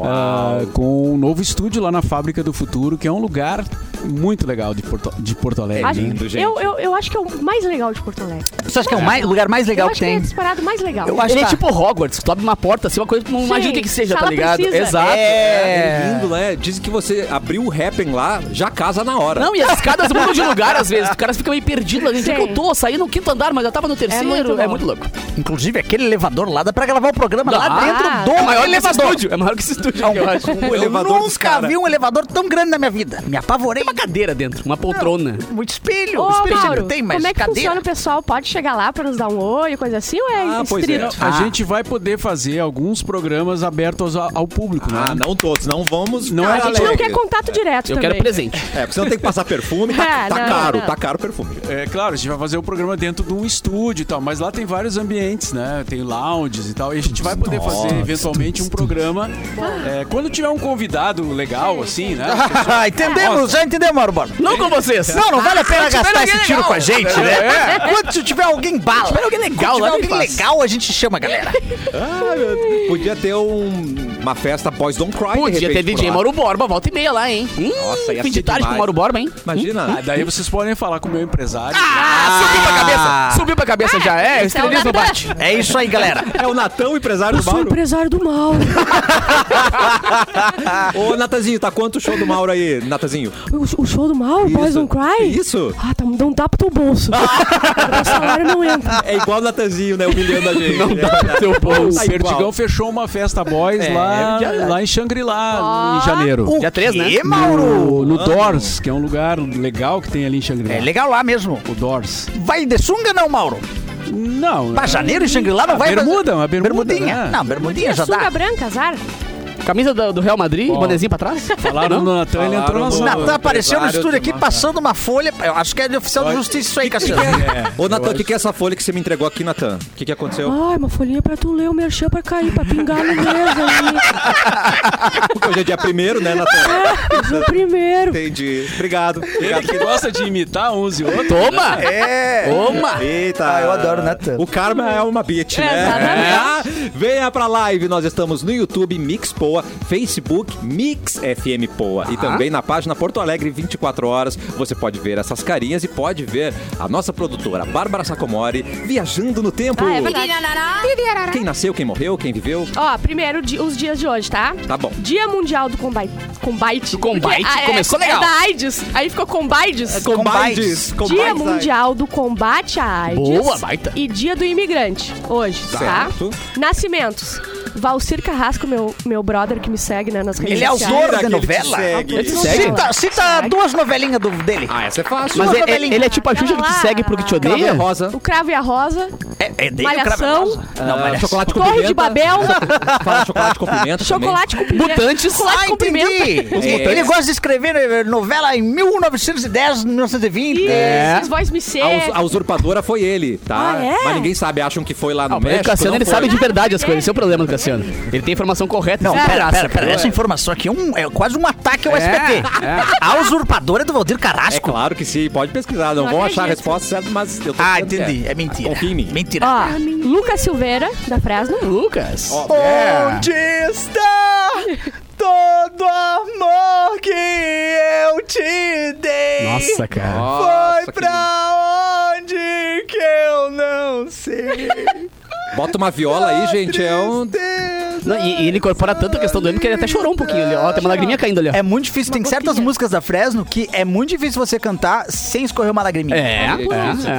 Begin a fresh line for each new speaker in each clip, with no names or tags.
ah, com um novo estúdio lá na Fábrica do Futuro, que é um lugar muito legal de Porto, de Porto
É
Alegre.
Acho-
hein?
lindo, gente.
Eu, eu, eu acho que é o mais legal de Porto Alegre.
Você acha que é o mais- o lugar mais legal
eu
que
acho que é
tem?
disparado mais legal.
Eu acho-
Ele é
tá.
tipo Hogwarts, tu abre uma porta assim, uma coisa que tu não
Sim,
imagina o que, que seja, tá
sala
ligado?
precisa.
Exato.
É.
É lindo, né? Dizem que você abriu o Happen lá, já casa na hora.
Não, e as escadas mudam de lugar às vezes. Os caras ficam meio perdidos. Onde é que
Sim.
eu tô? Saí no quinto andar, mas eu tava no terceiro. É
muito
muito,
bom.
louco.
Inclusive, aquele elevador lá dá pra gravar o programa lá
Dá.
dentro do
é maior que esse
elevador.
estúdio. É maior que esse estúdio, eu acho.
O
Eu
elevador dos
nunca
cara.
vi um elevador tão grande na minha vida. Me apavorei.
Uma cadeira dentro, uma poltrona.
Muito espelho.
Ô,
espelho sempre
Mauro,
tem, mas
como é que
cadeira.
funciona o pessoal? Pode chegar lá pra nos dar um oi, coisa assim, ou é
Ah, pois é.
estrito?
A
Ah.
gente vai poder fazer alguns programas abertos ao, ao público, né?
Ah, não todos, não vamos.
Não,
ficar
A gente não é
alegre.
quer contato direto
Eu
também.
quero presente.
É, porque senão tem que passar perfume. Tá,
É,
tá
não,
caro,
não.
tá caro o perfume.
É claro, a gente vai fazer o programa dentro de um estúdio e tal, mas lá tem vários ambientes, né? Tem lounges e tal, e a gente vai poder fazer eventualmente um programa. é, quando tiver um convidado legal, assim, né?
Ah, entendemos, já entendemos, Mauro Borba.
Não com vocês.
Não, não vale a pena gastar
Ah, alguém
esse tiro
legal.
com a gente, né? Quando tiver alguém bala.
tiver alguém legal,
Quando tiver
lá
alguém
tem paz.
legal, a gente chama a galera.
Podia ter um- uma festa pós Don't Cry. de
Podia ter
repente, por
DJ
lá.
Mauro Borba, volta e meia lá, hein? Hum,
Nossa, ia
fim
ser
de tarde
demais.
com o Mauro Borba, hein?
Ah,
Imagina.
daí vocês podem falar com o meu empresário.
Ah, subiu pra cabeça. Subiu pra cabeça já. É,
esse é
estrelismo
o Natan.
bate.
É isso aí, galera.
É o Natão, empresário do
Sou
Mauro.
empresário do mal.
Ô, Natazinho, tá quanto o show do Mauro aí, Natazinho?
O, o show do mal, Boys Don't Cry?
Isso.
Ah, tá, dá um tapa pro teu bolso. o salário não entra.
É igual o Natanzinho, né? Humilhando a gente.
Seu bolso.
É,
O Perdigão fechou uma festa boys lá lá,
Janeiro, dia-
lá em Shangri-La, em janeiro.
Ah, O
Dia três, né?
quê,
No,
Mauro? Ah.
no Dors, que é um lugar legal que tem ali em Shangri-La.
É legal lá mesmo.
O Dors.
Vai de sunga não, Mauro?
Não.
Pra
é-
janeiro, em Shangri-La não
Ah,
vai... pra-
bermuda, uma bermuda,
Bermudinha.
né?
Não, bermudinha já
Sunga
dá.
branca, azar?
Camisa do, do Real Madrid,
Ó.
bonezinho pra trás?
Falaram no Natan, ele entrou na
O
sala.
Falaram
Natan apareceu tá no
empresário
estúdio
de
aqui
uma-
passando uma folha. Eu acho que é de oficial de justiça isso aí, Cassiano.
Ô, Natan, o que, que é essa folha que você me entregou aqui, Natan? O que, que aconteceu?
Ai, uma folhinha pra tu ler o merchan pra cair, pra pingar no mesa ali.
Porque hoje é dia primeiro, né, Natan?
Ah, é O primeiro.
Entendi. Obrigado.
Ele
Obrigado.
que gosta de imitar uns e outros.
Toma!
É.
Toma!
Eita!
Ah, eu adoro o Natan.
O karma é uma bitch, né? É. Venha pra live, nós estamos no YouTube Mix Poa, Facebook Mix FM Poa
Ah.
e também na página Porto Alegre 24 horas. Você pode ver essas carinhas e pode ver a nossa produtora Bárbara Sacomori viajando no tempo.
Ah, é verdade.
quem nasceu, quem morreu, quem viveu.
Ó, primeiro di- os dias de hoje, tá?
Tá bom.
Dia Mundial do Combate. Combate.
Do combate,
Porque, é,
começou
é
legal. É,
da AIDS. Aí ficou Combaides.
Combaides.
Dia Mundial do Combate à AIDS.
Boa, baita.
E Dia do Imigrante, hoje,
Certo.
tá? Nascimentos. Valcir Carrasco, meu, meu brother que me segue né, nas redes
Ele é
sociais.
autor da
Mentira que ele te
novela?
segue.
Ele te segue?
Cita, cita duas novelinhas do- dele.
Ah, essa é fácil.
Mas
Uma
ele,
novelinha.
ele é tipo a Xuxa que te
Lá.
segue porque te
Cravo e
odeia?
rosa.
O Cravo e a Rosa.
É, é dele
Malhação.
o Cravo? Não,
Ah,
Malhação.
chocolate com
Torre
pimenta.
de Babel.
Fala chocolate com pimenta.
Chocolate com pimenta.
Mutantes.
Chocolate
Ah,
com pimenta.
entendi. É, Ele gosta de escrever eh, novela em 1910, 1920.
Isso,
É.
esses voz me
A, us-
ser.
a usurpadora foi ele, tá?
Ah, é?
Mas ninguém sabe, acham que foi lá
Ah,
no
Não, mas
México.
o Cassiano
não
ele
foi.
sabe de verdade as
É.
coisas. Esse é o problema do Cassiano. Ele tem a informação correta.
Não,
ele
pera,
desgraça,
pera, pera.
cara.
Essa informação aqui é, um- é quase um ataque ao
É,
SBT. A usurpadora é do Valdir
É
Carrasco.
claro que sim, pode pesquisar. Não,
Não
vão achar a
acredito.
resposta certa, mas eu tô
ah,
dizendo que
entendi. É mentira.
Confia em mim.
Mentira.
Ó, Lucas Silveira, da Fresno.
Lucas.
é.
Onde está todo amor que eu te dei?
Nossa, cara.
Nossa, que
onde que eu não sei.
lindo. Bota uma viola aí, gente. É um.
Não, e, e ele incorpora tanto a questão do M que ele até chorou um pouquinho ali. Ó, tem uma lagriminha caindo ali, ó.
É muito difícil. Tem certas
gotinha.
músicas da Fresno que é muito difícil você cantar sem escorrer uma lagriminha.
é.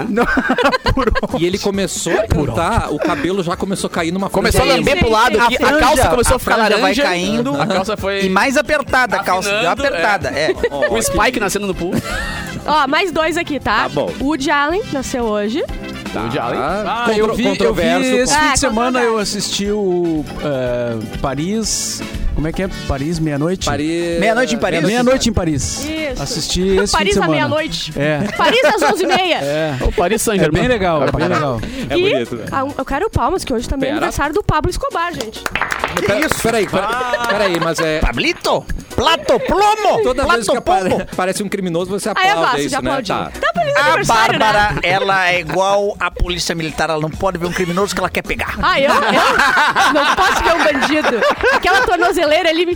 Não, por onde?
E ele começou
É
a cantar, o cabelo já começou a cair numa
Começou a
franja.
lamber
sim,
pro lado
sim.
aqui,
A
a
franja-
calça começou a
a
ficar
franja
laranja.
vai caindo.
A calça foi...
E mais apertada a calça. Deu
Afinando,
apertada, é.
O Spike nascendo no pool.
Ó, mais dois aqui, tá?
Tá bom.
Woody Allen nasceu hoje.
Ah,
Ah, eu
contro-
vi, eu vi
controverso.
esse
É,
Ah,
fim de semana
controverso.
eu assisti o eh, Paris. Como é que é? Paris meia-noite?
Paris-
Meia-noite em Paris.
É Meia-noite em Paris.
Isso.
Assisti esse fim de
Paris à
semana.
meia-noite.
É.
Paris às 11h30.
É.
O Paris
É
Saint-Germain.
bem legal, é bem legal.
É
e
bonito. né?
a- eu quero palmas, que hoje também é
Pera.
aniversário do Pablo Escobar, gente.
Pera- Peraí,
Ah.
peraí, peraí, mas é.
Pablito? Plato plomo?
Toda vez que
plato pombo?
apare- aparece um criminoso, você
Aí
aplaude.
eu
é
gosto,
isso,
já
né?
aplaudi.
Tá.
Tá feliz
A
aniversário, né?
Bárbara, ela é igual a polícia militar, ela não pode ver um criminoso que ela quer pegar.
Ah, eu? eu? Não posso ver um bandido. Aquela tornozeleira ali me...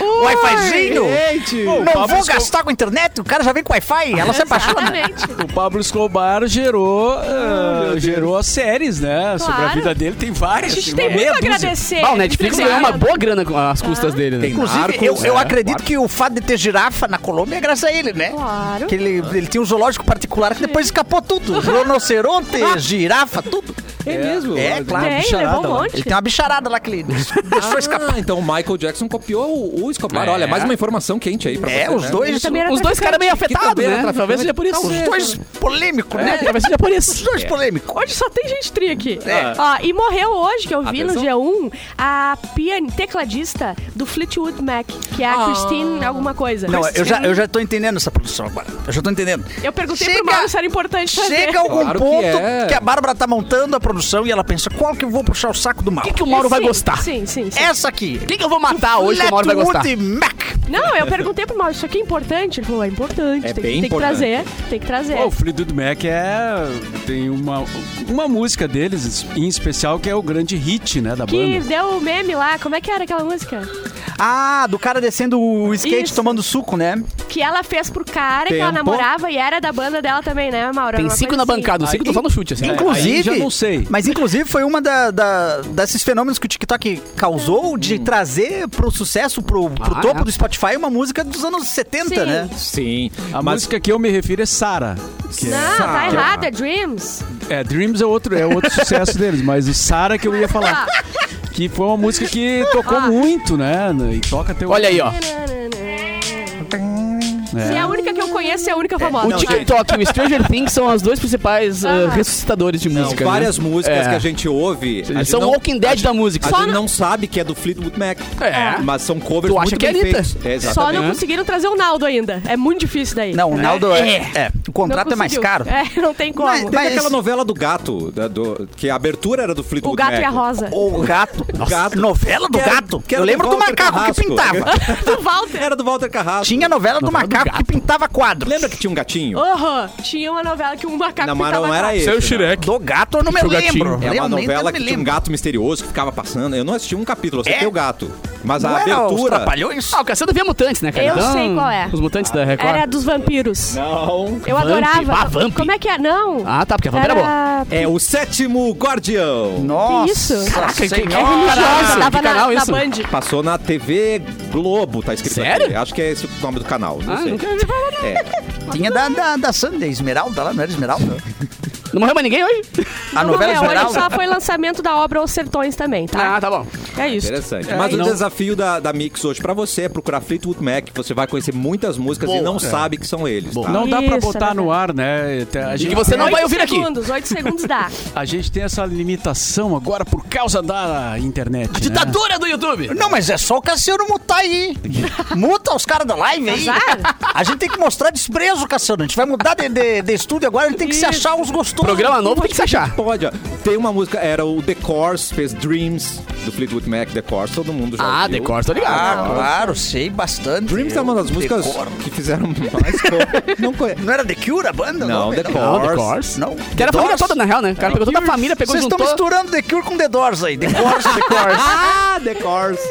Ui!
Wi-Fizinho?
Pô,
Não
o Pablo
vou
Esco-
gastar com a internet, o cara já vem com Wi-Fi, ela se apaixona.
Exatamente.
O Pablo Escobar gerou, eh, gerou as séries, né? Sobre a
Claro.
vida dele, tem várias.
A gente
uma
tem muito
é meia
a
dúzia.
agradecer.
Ah, o Netflix ganhou uma boa grana com as custas dele, né?
Tem
Inclusive,
Narcos,
eu, eu
né?
acredito que o fato de ter girafa na Colômbia é graças a ele, né?
Claro.
Que ele, ele tinha um zoológico particular que depois escapou tudo. Rinoceronte, girafa, tudo.
É mesmo?
É, claro.
Tem,
bicharada
levou um
lá.
monte.
Ele tem uma bicharada lá que ele deixou escapar.
Ah, então o Michael Jackson copiou o- o Escobar. Olha, mais uma informação quente aí pra
É,
você,
os
né?
dois,
também era
Os dois caras meio afetados,
também era
né?
traficante.
Talvez seja por isso.
os dois polêmicos, né?
É, talvez seja por
Os
isso.
dois polêmicos.
Hoje só tem gente tri aqui.
É.
Ó, e morreu hoje, que eu vi
Atenção.
no G1, a pian tecladista do Fleetwood Mac, que é a Christine alguma coisa.
Não, eu já, eu já tô entendendo essa produção agora. Eu já tô entendendo.
Eu perguntei pro Mauro se era importante saber.
Chega algum
Claro que
ponto que,
é.
a Bárbara tá montando a produção e ela pensa, qual que Ah, eu vou puxar o saco do mal?
O que, que o Mauro vai
Sim,
gostar?
Sim, sim, sim.
Essa aqui.
Quem que eu vou matar hoje que o Mauro vai gostar?
Fleetwood Mac.
Não, eu perguntei pro Mauro, isso aqui é importante? Ele falou, é importante,
É
tem,
bem
tem
importante.
que trazer, tem que trazer.
Pô, o Fleetwood Mac é tem uma uma música deles em especial que é o grande hit, né, da
que
banda.
deu o meme lá, como é que era aquela música?
Ah, do cara descendo o skate
Isso.
tomando suco, né?
Que ela fez pro cara que ela
Tempo.
namorava e era da banda dela também, né, Mauro? Era
Tem
uma
cinco
coisa
na
assim.
bancada, os cinco estão só no chute,
É,
assim.
Inclu-
Inclusive.
aí já não sei.
Mas inclusive foi uma da, da- desses fenômenos que o TikTok causou de
Hum.
trazer pro sucesso, pro, pro
Ah,
topo
é.
do Spotify, uma música dos anos 70,
Sim.
né?
Sim.
Ah,
A
mas
música que eu me refiro é Sara. que é-
Não, tá errado, é Dreams.
É, Dreams é outro, é outro sucesso deles, mas o Sara que eu ia falar.
Ah,
que foi uma música que tocou muito, né? E toca até
Olha aí, ó.
Se é a única que eu conheço, é a única famosa.
O TikTok e o Stranger Things são os dois principais eh,
Ah.
ressuscitadores de música. né?
Várias músicas
É.
que a gente ouve. a gente
São
não-
Walking Dead da música.
A gente não sabe que é do Fleetwood Mac.
É.
Mas são covers
Tu acha
muito
que é
bem
Anitta?
feitos. É,
Só
exatamente.
não conseguiram trazer o Naldo ainda. É muito difícil daí.
Não, o Naldo é. é. O
Não
contrato é mais
conseguiu.
caro.
É, não tem como.
Teve aquela novela do gato, da- do- que a abertura era do
O
Fleetwood Mac.
gato e a rosa.
O gato. Nossa,
gato.
Novela do
Quero-
gato.
quero
eu lembro
do
do
Walter
macaco
Carrasco.
que pintava.
Do Walter.
Era do Walter Carrasco.
tinha a novela do macaco que pintava quadro.
Lembra que tinha um gatinho?
Aham. Tinha uma novela que um macaco
não, mas não
pintava
era
quatro.
esse.
Seu
não.
Shrek.
Do gato eu não me
Pro gatinho.
lembro.
É uma
Lembro, nem
novela
tanto
que tinha
me
um
lembro.
gato misterioso que ficava passando. Eu não assisti um capítulo, eu sei
É?
que tem o gato. Mas
Não
a
era os
abertura.
Trapalhões?
Ah, o Cassandra via mutantes, né, cara?
Eu sei qual é.
Os mutantes da Record.
Era dos vampiros.
Não.
Eu
Vamp,
adorava.
ah, Vamp.
Como é que é? Não.
Ah, tá, porque a Vamp era, boa.
era...
É o sétimo guardião.
Nossa.
Isso.
Caraca, que-
senhora.
que religiosa.
Nossa, dava
Que canal
na, na
isso?
Band.
Passou na TV Globo, tá escrito
Sério?
aqui. Acho que é esse o nome do canal. Não
Ah,
sei.
nunca vi falar.
É.
Tinha da, da, da Sunday, Esmeralda lá, não era Esmeralda?
Não morreu mais ninguém hoje?
A novela
não, é, olha
Esmeralda?
só, foi lançamento da obra Os Sertões também, tá?
Ah, tá bom.
É isso.
Interessante. Mas o
não-
desafio da, da Mix hoje pra você é procurar Fleetwood Mac. Você vai conhecer muitas músicas e não sabe que são eles. tá?
Não dá pra
Isso, é
botar no
verdade.
ar, né? Até A gente,
que você não
Oito
vai ouvir aqui.
segundos, Oito segundos dá.
a gente tem essa limitação agora por causa da internet. né?
Ditadura do YouTube!
Não, mas é só o Cassiano mutar aí. Muta os caras da live aí.
Azar.
A gente tem que mostrar desprezo, Cassiano. A gente vai mudar de, de, de estúdio agora, ele tem que se achar os gostosos.
Programa novo tem que se achar.
Pode, ó. Tem uma música, era o The Course, fez Dreams do Fleetwood Mac, The Course, todo mundo já
Ah,
ouviu.
The Course, tô
Ah,
ligado.
claro, sei bastante.
Dreams é uma das
Eu
músicas
decoro.
que fizeram mais cover. Não conheço.
Não era The Cure a banda? o
Não,
nome?
The
Não,
Course.
The Course.
Não.
Que era a
The
família
Doors.
toda, na real, né? O cara pegou toda a família, pegou
Vocês estão
juntou...
misturando The Cure com The Doors aí. The Doors, The Doors.
Ah, The Course.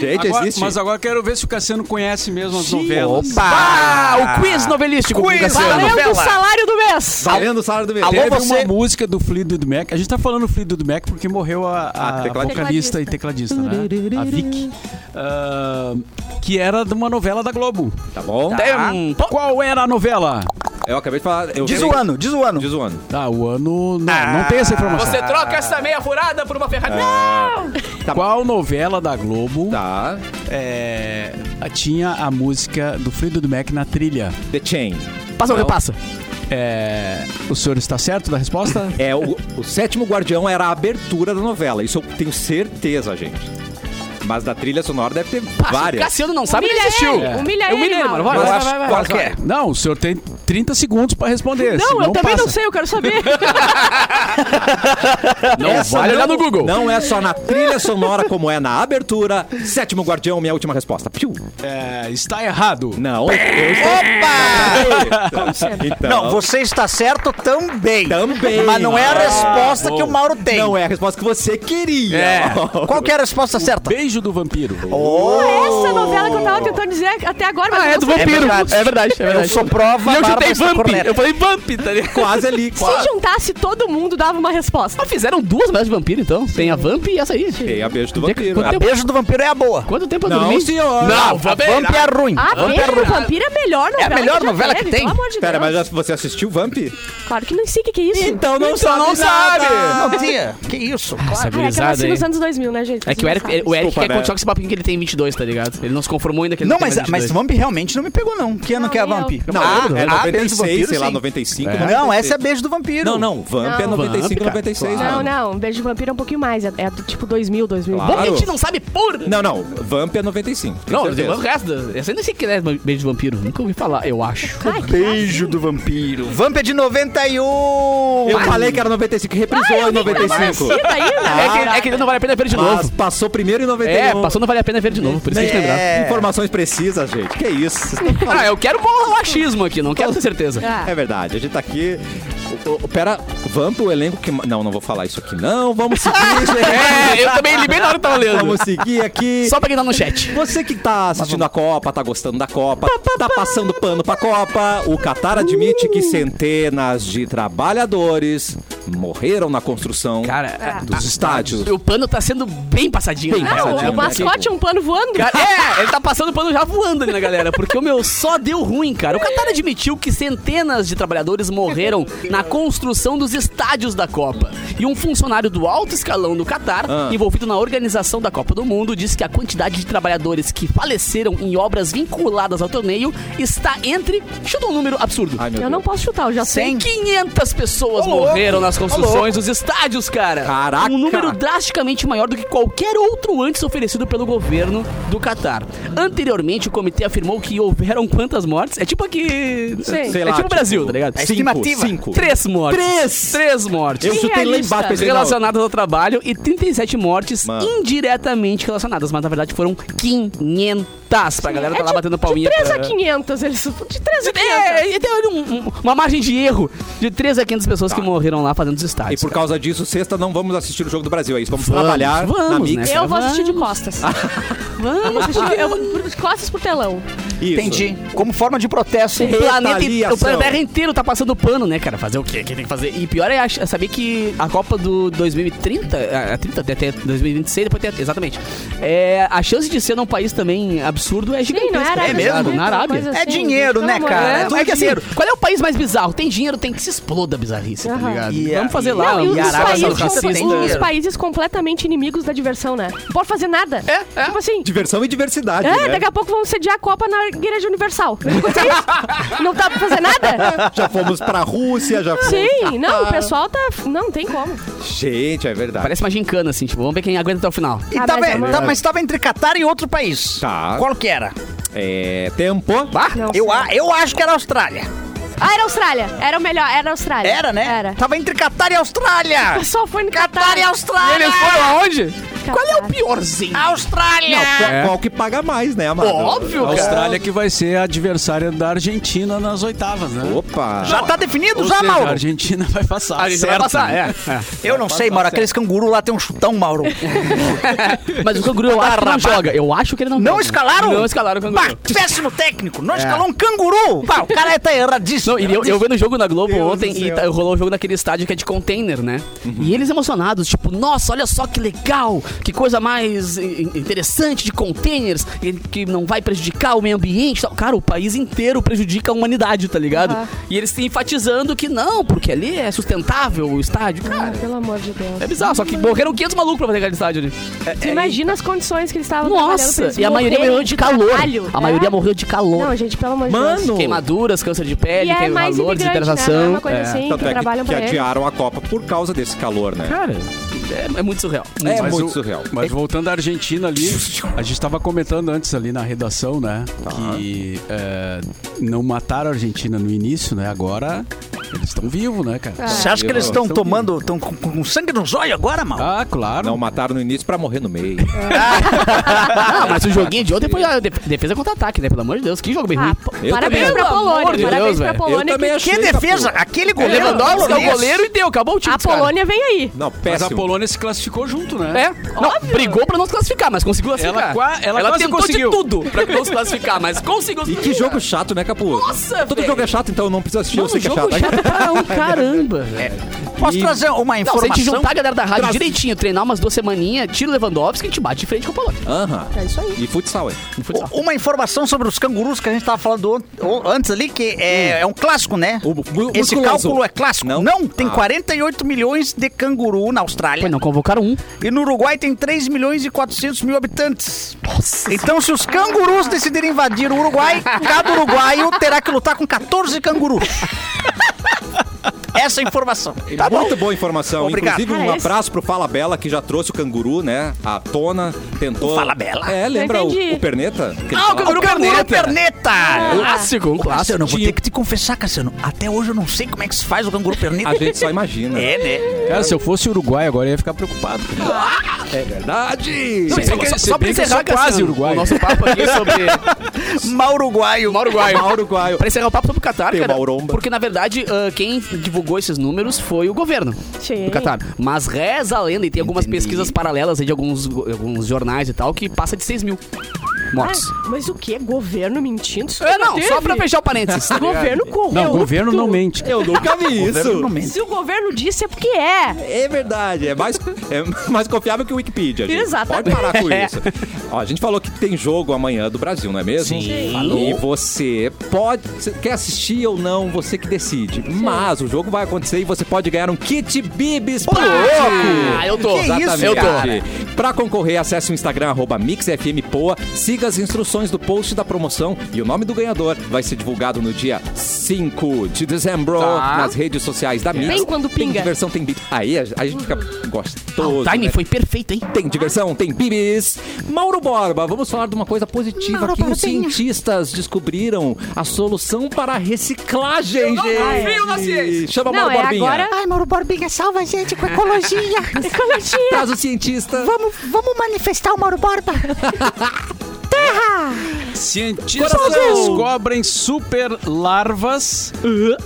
Gente,
Agora-
existe.
mas agora quero ver se o Cassiano conhece mesmo as novelas.
Ah, o quiz novelístico né?
Quiz
do Cassiano.
novelístico.
Valendo
novela.
o salário do mês.
Valendo o salário do mês.
Alô,
Teve
você-
uma música do Fleetwood Mac. A gente tá falando Fleetwood Mac porque morreu a, a
A tecladista.
vocalista e tecladista, né? A Vicky. Ah, que era de uma novela da Globo.
Tá bom?
Tempo.
Qual era a novela?
Eu acabei de falar. Eu
Diz
sei-
o ano, diz o ano.
Diz o ano.
Ah, o ano... Não, não tem essa informação.
Você troca essa meia furada por uma ferrada.
É.
Não!
Qual novela da Globo
Tá.
é, tinha a música do Fleetwood Mac na trilha?
The Chain.
Passa ou repassa?
É, o senhor está certo da resposta?
É, o, o Sétimo Guardião era a abertura da novela. Isso eu tenho certeza, gente. Mas da trilha sonora deve ter
Passa. O
assim,
várias.
Cassiano não sabe, ele
Humilha
assistiu. É
ele, humilha ele,
mano.
mano.
Vai,
Eu
vai,
acho-
vai, vai.
qual
vai.
que é?
Não, o senhor tem 30 segundos para responder.
Não, eu
senão
também não
passa.
sei, eu quero saber.
Não, vale olhar no Google.
Não é só na trilha sonora, como é na abertura. Sétimo Guardião, minha última resposta. Piu.
É, está errado.
Não, eu estou... Opa!
É.
Então,
Não, você está certo também.
Também.
Mas não é a
Ah,
resposta É.
bom.
que o Mauro tem.
Não é a resposta que você queria.
Qual que era a resposta certa?
Beijo do vampiro.
é Essa novela que eu tava tentando dizer até agora, mas
Ah,
eu
é
não
do
sei.
vampiro.
verdade.
É verdade, é
Eu
verdade.
sou prova
E eu
Bárbara
chutei Vamp.
Sacorneto.
Eu falei Vamp, tá ligado?
Quase ali. Quase.
Se juntasse todo mundo, dava uma resposta.
Ah, fizeram duas novelas de vampiro, então. Tem a Vamp e essa aí.
Tem a beijo do
Onde é que-
vampiro. Ah,
quanto
A
tempo-
Beijo do vampiro é a boa.
Quanto tempo eu
Não,
dormi?
senhor.
Não,
A
vampiro.
Vamp é ruim.
Ah,
Vamp
Beijo do Vampiro é a melhor novela.
a melhor
que já
novela
teve,
que tem.
Pelo amor de
Pera, mas
Deus.
já- você assistiu Vamp?
Claro que não sei o que, que é isso.
Então não
Então não sabe.
Não tinha. Que isso?
Essa
Ah, é que eu
gurizada
nasci
aí.
nos anos 2000, né, gente?
É que o Eric,
Vocês não
o Eric
Desculpa,
quer
né?
continuar com esse papinho que ele tem 22, tá ligado? Ele não se conformou ainda que ele
Não,
tem
mas, mas
22.
Vamp realmente não me pegou, não. Que ano
Não,
que é a
nem
Vamp?
eu.
Não,
Ah,
é
ah, Beijo
96,
do Vampiro,
sei lá,
sim.
95.
Não, essa é
96.
Beijo do Vampiro.
Não, não, Vamp é
Não.
95,
Vamp, cara.
96.
Não,
mano.
não, Beijo do Vampiro é um pouquinho mais. É, é do tipo 2000, 2000.
Claro.
Bom que a gente não sabe por...
Não, não, Vamp é 95. tenho
Não,
certeza.
o resto. da- Essa eu nem sei o que é beijo de vampiro. Nunca ouvi falar, eu acho.
Ai, que
Beijo do Vampiro. Vamp é de
é
91.
Eu falei que era 95, reprisou em
Nascida
95.
ainda.
É que, é que não vale a pena ver de
Mas
novo.
passou primeiro em 91.
É, passou, não vale a pena ver de novo, por isso que a gente lembrava.
É. Informações precisas, gente. Que isso? vocês estão falando.
Ah, eu quero bom achismo aqui, não quero ter certeza.
Ah,
É verdade, a gente tá aqui. O- o- Pera, Vamp, o elenco que. ma- Não, não vou falar isso aqui, não. Vamos seguir, gente.
É, eu também li bem na hora que tava lendo.
Vamos seguir aqui.
Só pra quem tá no chat.
Você que tá assistindo a Copa, tá gostando da Copa, tá passando pano pra Copa, o Qatar admite que centenas de trabalhadores morreram na construção
É,
Cara,
dos estádios.
o pano tá sendo bem passadinho.
Bem
na
passadinho.
galera,
Não,
né?
o mascote é um pano voando.
Cara, é, ele tá passando pano já voando ali na galera, porque o meu só deu ruim, cara. O Qatar admitiu que centenas de trabalhadores morreram na construção dos estádios da Copa. E um funcionário do alto escalão do Qatar,
Ah.
envolvido na organização da Copa do Mundo, disse que a quantidade de trabalhadores que faleceram em obras vinculadas ao torneio está entre. Chuta um número absurdo.
Ai, meu
Eu não
Deus.
posso chutar, eu já sei.
500 pessoas
Ô, louco.
morreram nas
Ô, louco.
construções dos estádios, cara.
Caraca.
Um número drasticamente maior do que qualquer outro antes oferecido pelo governo do Catar. Anteriormente, o comitê afirmou que houveram quantas mortes? É tipo aqui.
Sei.
é
lá,
tipo o Brasil, tá ligado?
É
Cinco,
estimativa.
cinco.
Três mortes.
Três!
Três mortes.
Eu chutei lá
Irrealista.
embaixo, pensei, não,
Relacionadas ao trabalho e 37 mortes
Mano.
indiretamente relacionadas, mas na verdade foram 500 pra galera
É
tá lá
de-
batendo palminha.
De 3
pra-
a 500, eles... De 3 a 500.
é, e tem ali um- um- uma margem de erro de 3 a 500 pessoas que morreram lá fazendo os
E
estádios.
por causa disso, sexta não vamos assistir o jogo do Brasil, é isso. Vamos, trabalhar na
vamos,
Mix.
né?
Eu vou assistir de costas. Vamos assistir eu vou, de costas pro telão.
né?
Isso.
Entendi. Como forma de protesto.
O planeta,
Retaliação.
o planeta Terra inteiro tá passando pano, né, cara? Fazer o quê? que tem que fazer? E pior é ach- é saber que a Copa do 2030, a- a 30 é até- até 2026, depois tem, exatamente. É, a chance de ser num país também absurdo é
Sim,
gigantesca.
não é Arábia
É mesmo?
Saudita,
Na Arábia.
coisa assim,
É dinheiro,
pelo
né,
amor de
cara?
Deus.
É, é que assim,
dinheiro.
qual é o país mais bizarro? Tem dinheiro, tem que se exploda a bizarrice, tá
Aham.
ligado?
E a-
Vamos fazer
e
lá.
Não, e
um
os,
Arábia
países,
Saudita.
racista.
com- os países completamente inimigos da diversão, né? Não pode fazer nada.
É, é.
Tipo assim...
Diversão e diversidade.
É,
né?
daqui a pouco vão sediar a Copa na Igreja Universal. Não aconteceu isso? Não dá pra fazer nada?
Já fomos pra Rússia, já fomos.
Sim, não, o pessoal tá. Não, tem como.
Gente, é verdade.
Parece uma gincana, assim, tipo, vamos ver quem aguenta até o final.
E
Ah,
tava-
mas é uma-
tá- mas estava entre Catar e outro país.
Tá.
Qual que era?
É. Tempo.
Bah,
Não
eu,
sei.
a- eu acho que era Austrália.
Ah, era Austrália. Era o melhor, era Austrália.
Era, né?
É. Era.
Tava entre Catar e Austrália.
O pessoal foi no
Catar e Austrália.
Eles foram aonde?
Qual é o
Piorzinho.
Austrália.
é.
Qual- Qual que paga mais, né, amado?
Óbvio,
A
cara.
Austrália que vai ser a adversária da Argentina nas oitavas, né?
Opa!
Já tá definido
Ou
já,
seja,
Mauro?
A Argentina vai passar.
A gente vai
certo.
passar, é.
né? Eu não sei, Mauro. Aqueles canguru lá tem um chutão, Mauro.
Mas o canguru eu acho que não
Rapaz.
joga. Eu acho que ele não
Não
joga.
escalaram?
Não escalaram o
Bah,
canguru. É.
péssimo técnico. Não escalou um canguru. Bah, o cara tá erradíssimo.
Não, e eu, eu vendo o jogo na Globo
Deus
ontem
do
e
céu. Uhum.
tá- rolou o jogo naquele estádio que é de container, né? E eles emocionados, tipo, nossa, olha só que legal, que coisa mais in- interessante de containers, e que não vai prejudicar o meio ambiente. e tal. Cara, o país inteiro prejudica a humanidade, tá ligado?
Aham.
E eles enfatizando que não, porque ali é sustentável o estádio.
Ah,
Cara,
pelo amor de Deus.
é bizarro,
Uhum.
só que morreram 500 malucos pra fazer aquele estádio ali.
Tu imagina as condições que eles estavam trabalhando pra
Nossa,
eles
e a maioria
morrerem
morreu de calor.
trabalho.
A maioria
É?
morreu de calor.
Não, gente, pelo amor de Deus.
Mano!
Queimaduras, câncer de
E
pele,
é mais
calor,
imigrante, né?
desidratação.
Não é uma coisa
É.
assim, que
Tanto é que,
trabalham
que
pra ele.
adiaram a Copa por causa desse calor, né?
Cara, é, é muito surreal.
É
Mas
muito
o-
surreal.
Mas voltando à Argentina ali, a gente estava comentando antes ali na redação, né?
Tá.
Que é, não mataram a Argentina no início, né? Agora eles estão vivos, né, cara?
Você acha que eles
Estão
estão
um
tomando... Estão com, com sangue nos olhos agora, Mauro?
Ah, claro.
Não mataram no início pra morrer no meio.
Ah, mas o joguinho de ontem foi a def- defesa contra ataque, né? Pelo amor de Deus, que jogo bem ruim.
Ah,
Eu
parabéns
também.
pra
Pelo
Polônia.
amor de
parabéns
Deus,
pra
velho.
Polônia.
Eu também
que-
achei.
Que
Chega,
defesa!
pô.
Aquele
O
goleiro...
Lewandowski é o
holandês.
goleiro e deu, acabou o time.
A
dos caras.
Polônia vem aí.
Não,
Mas a
péssimo.
Polônia se classificou junto, né?
É, não, brigou pra não se classificar, mas conseguiu classificar.
qua- ela quase
tentou
conseguiu.
de tudo pra não se classificar, mas conseguiu.
E que jogo chato, né, Capu?
Nossa,
Todo
velho.
jogo é chato, então eu não preciso assistir,
Mano,
eu sei que é
jogo
chato.
chato pra um caramba. velho.
Posso trazer
Não,
uma
se a gente
informação?
juntar a galera da rádio
Traz-
direitinho, treinar umas duas semaninhas, tira o Lewandowski e a gente bate de frente com o Polônia.
Aham.
É isso aí.
E futsal, hein?
U- Uma informação sobre os cangurus que a gente tava falando on- o- antes ali, que
Hum.
é, é um clássico, né?
O mu-
Esse
musculoso.
cálculo é clássico.
Não?
Não, tem
Ah.
48 milhões de canguru na Austrália.
Pô, não convocaram um.
E no Uruguai tem 3 milhões e 400 mil habitantes. Então, se os cangurus decidirem invadir o Uruguai, cada uruguaio terá que lutar com 14 cangurus. Essa é a informação.
Muito boa informação.
Obrigado.
Inclusive, um
Cara, esse-
abraço pro Fala Bela, que já trouxe o canguru, né? A tona tentou.
O Fala Bela.
É, lembra
Eu
o,
entendi.
o Perneta? Que ele
Ah, o
falava?
canguru
Canguru é
perneta.
perneta! Ah,
Clássico, um clássico.
Cassiano, eu vou
Tinha-
ter que te confessar, Cassiano. Até hoje eu não sei como é que se faz o canguru perneta.
A gente só
Ah,
imagina.
É, né?
Cara, se eu fosse Uruguai agora eu ia ficar preocupado.
Verdade!
Não,
Se
só,
bem que-
só-
se
só pra
bem que eu sou
encerrar,
quase
Cassiano,
uruguaio.
o nosso papo aqui é sobre...
Mauruguaio.
Uruguaio.
Uruguaio.
Pra encerrar o papo sobre o Qatar,
Tem
cara,
uma uromba.
porque na verdade ah, quem divulgou esses números foi o governo
Sim.
do Qatar. Mas reza a lenda, e tem algumas
Entendi.
pesquisas paralelas aí de alguns, alguns jornais e tal, que passa de 6 mil. mortos.
Ah, mas o que? Governo mentindo? Isso
É,
nunca
não, só
teve.
pra fechar tá o parênteses.
O governo corrupto.
Não, o governo não mente.
Eu nunca vi isso.
Se o governo disse, é porque é.
É verdade, é mais, é mais confiável que o Wikipedia. gente.
Exatamente. É.
Pode parar com isso. Ó, a gente falou que tem jogo amanhã do Brasil, não é mesmo?
Sim.
E você pode. você quer assistir ou não, você que decide. Mas o jogo vai acontecer e você pode ganhar um kit Bibis pra
Ah, eu tô.
Que isso,
Exatamente.
eu tô.
Pra concorrer, acesse o Instagram, arroba MixFMPoa, siga as instruções do post da promoção e o nome do ganhador vai ser divulgado no dia 5 de dezembro
Tá.
nas redes sociais da Mix.
Vem É. quando
Tem
pinga.
diversão, tem bibis. Aí a, a gente fica
Ah,
gostoso.
o timing
né?
foi perfeito, hein?
Tem diversão, tem bibis. Mauro Borba, vamos falar de uma coisa positiva
Mauro
que os
Borbinha.
cientistas descobriram a solução para a reciclagem, gente. Chama
Não,
Mauro
é
Borbinha.
agora.
Ai, Mauro Borbinha, salva a gente com ecologia.
Ecologia.
Traz o cientista.
vamos, vamos manifestar o Mauro Borba.
Cientistas descobrem super larvas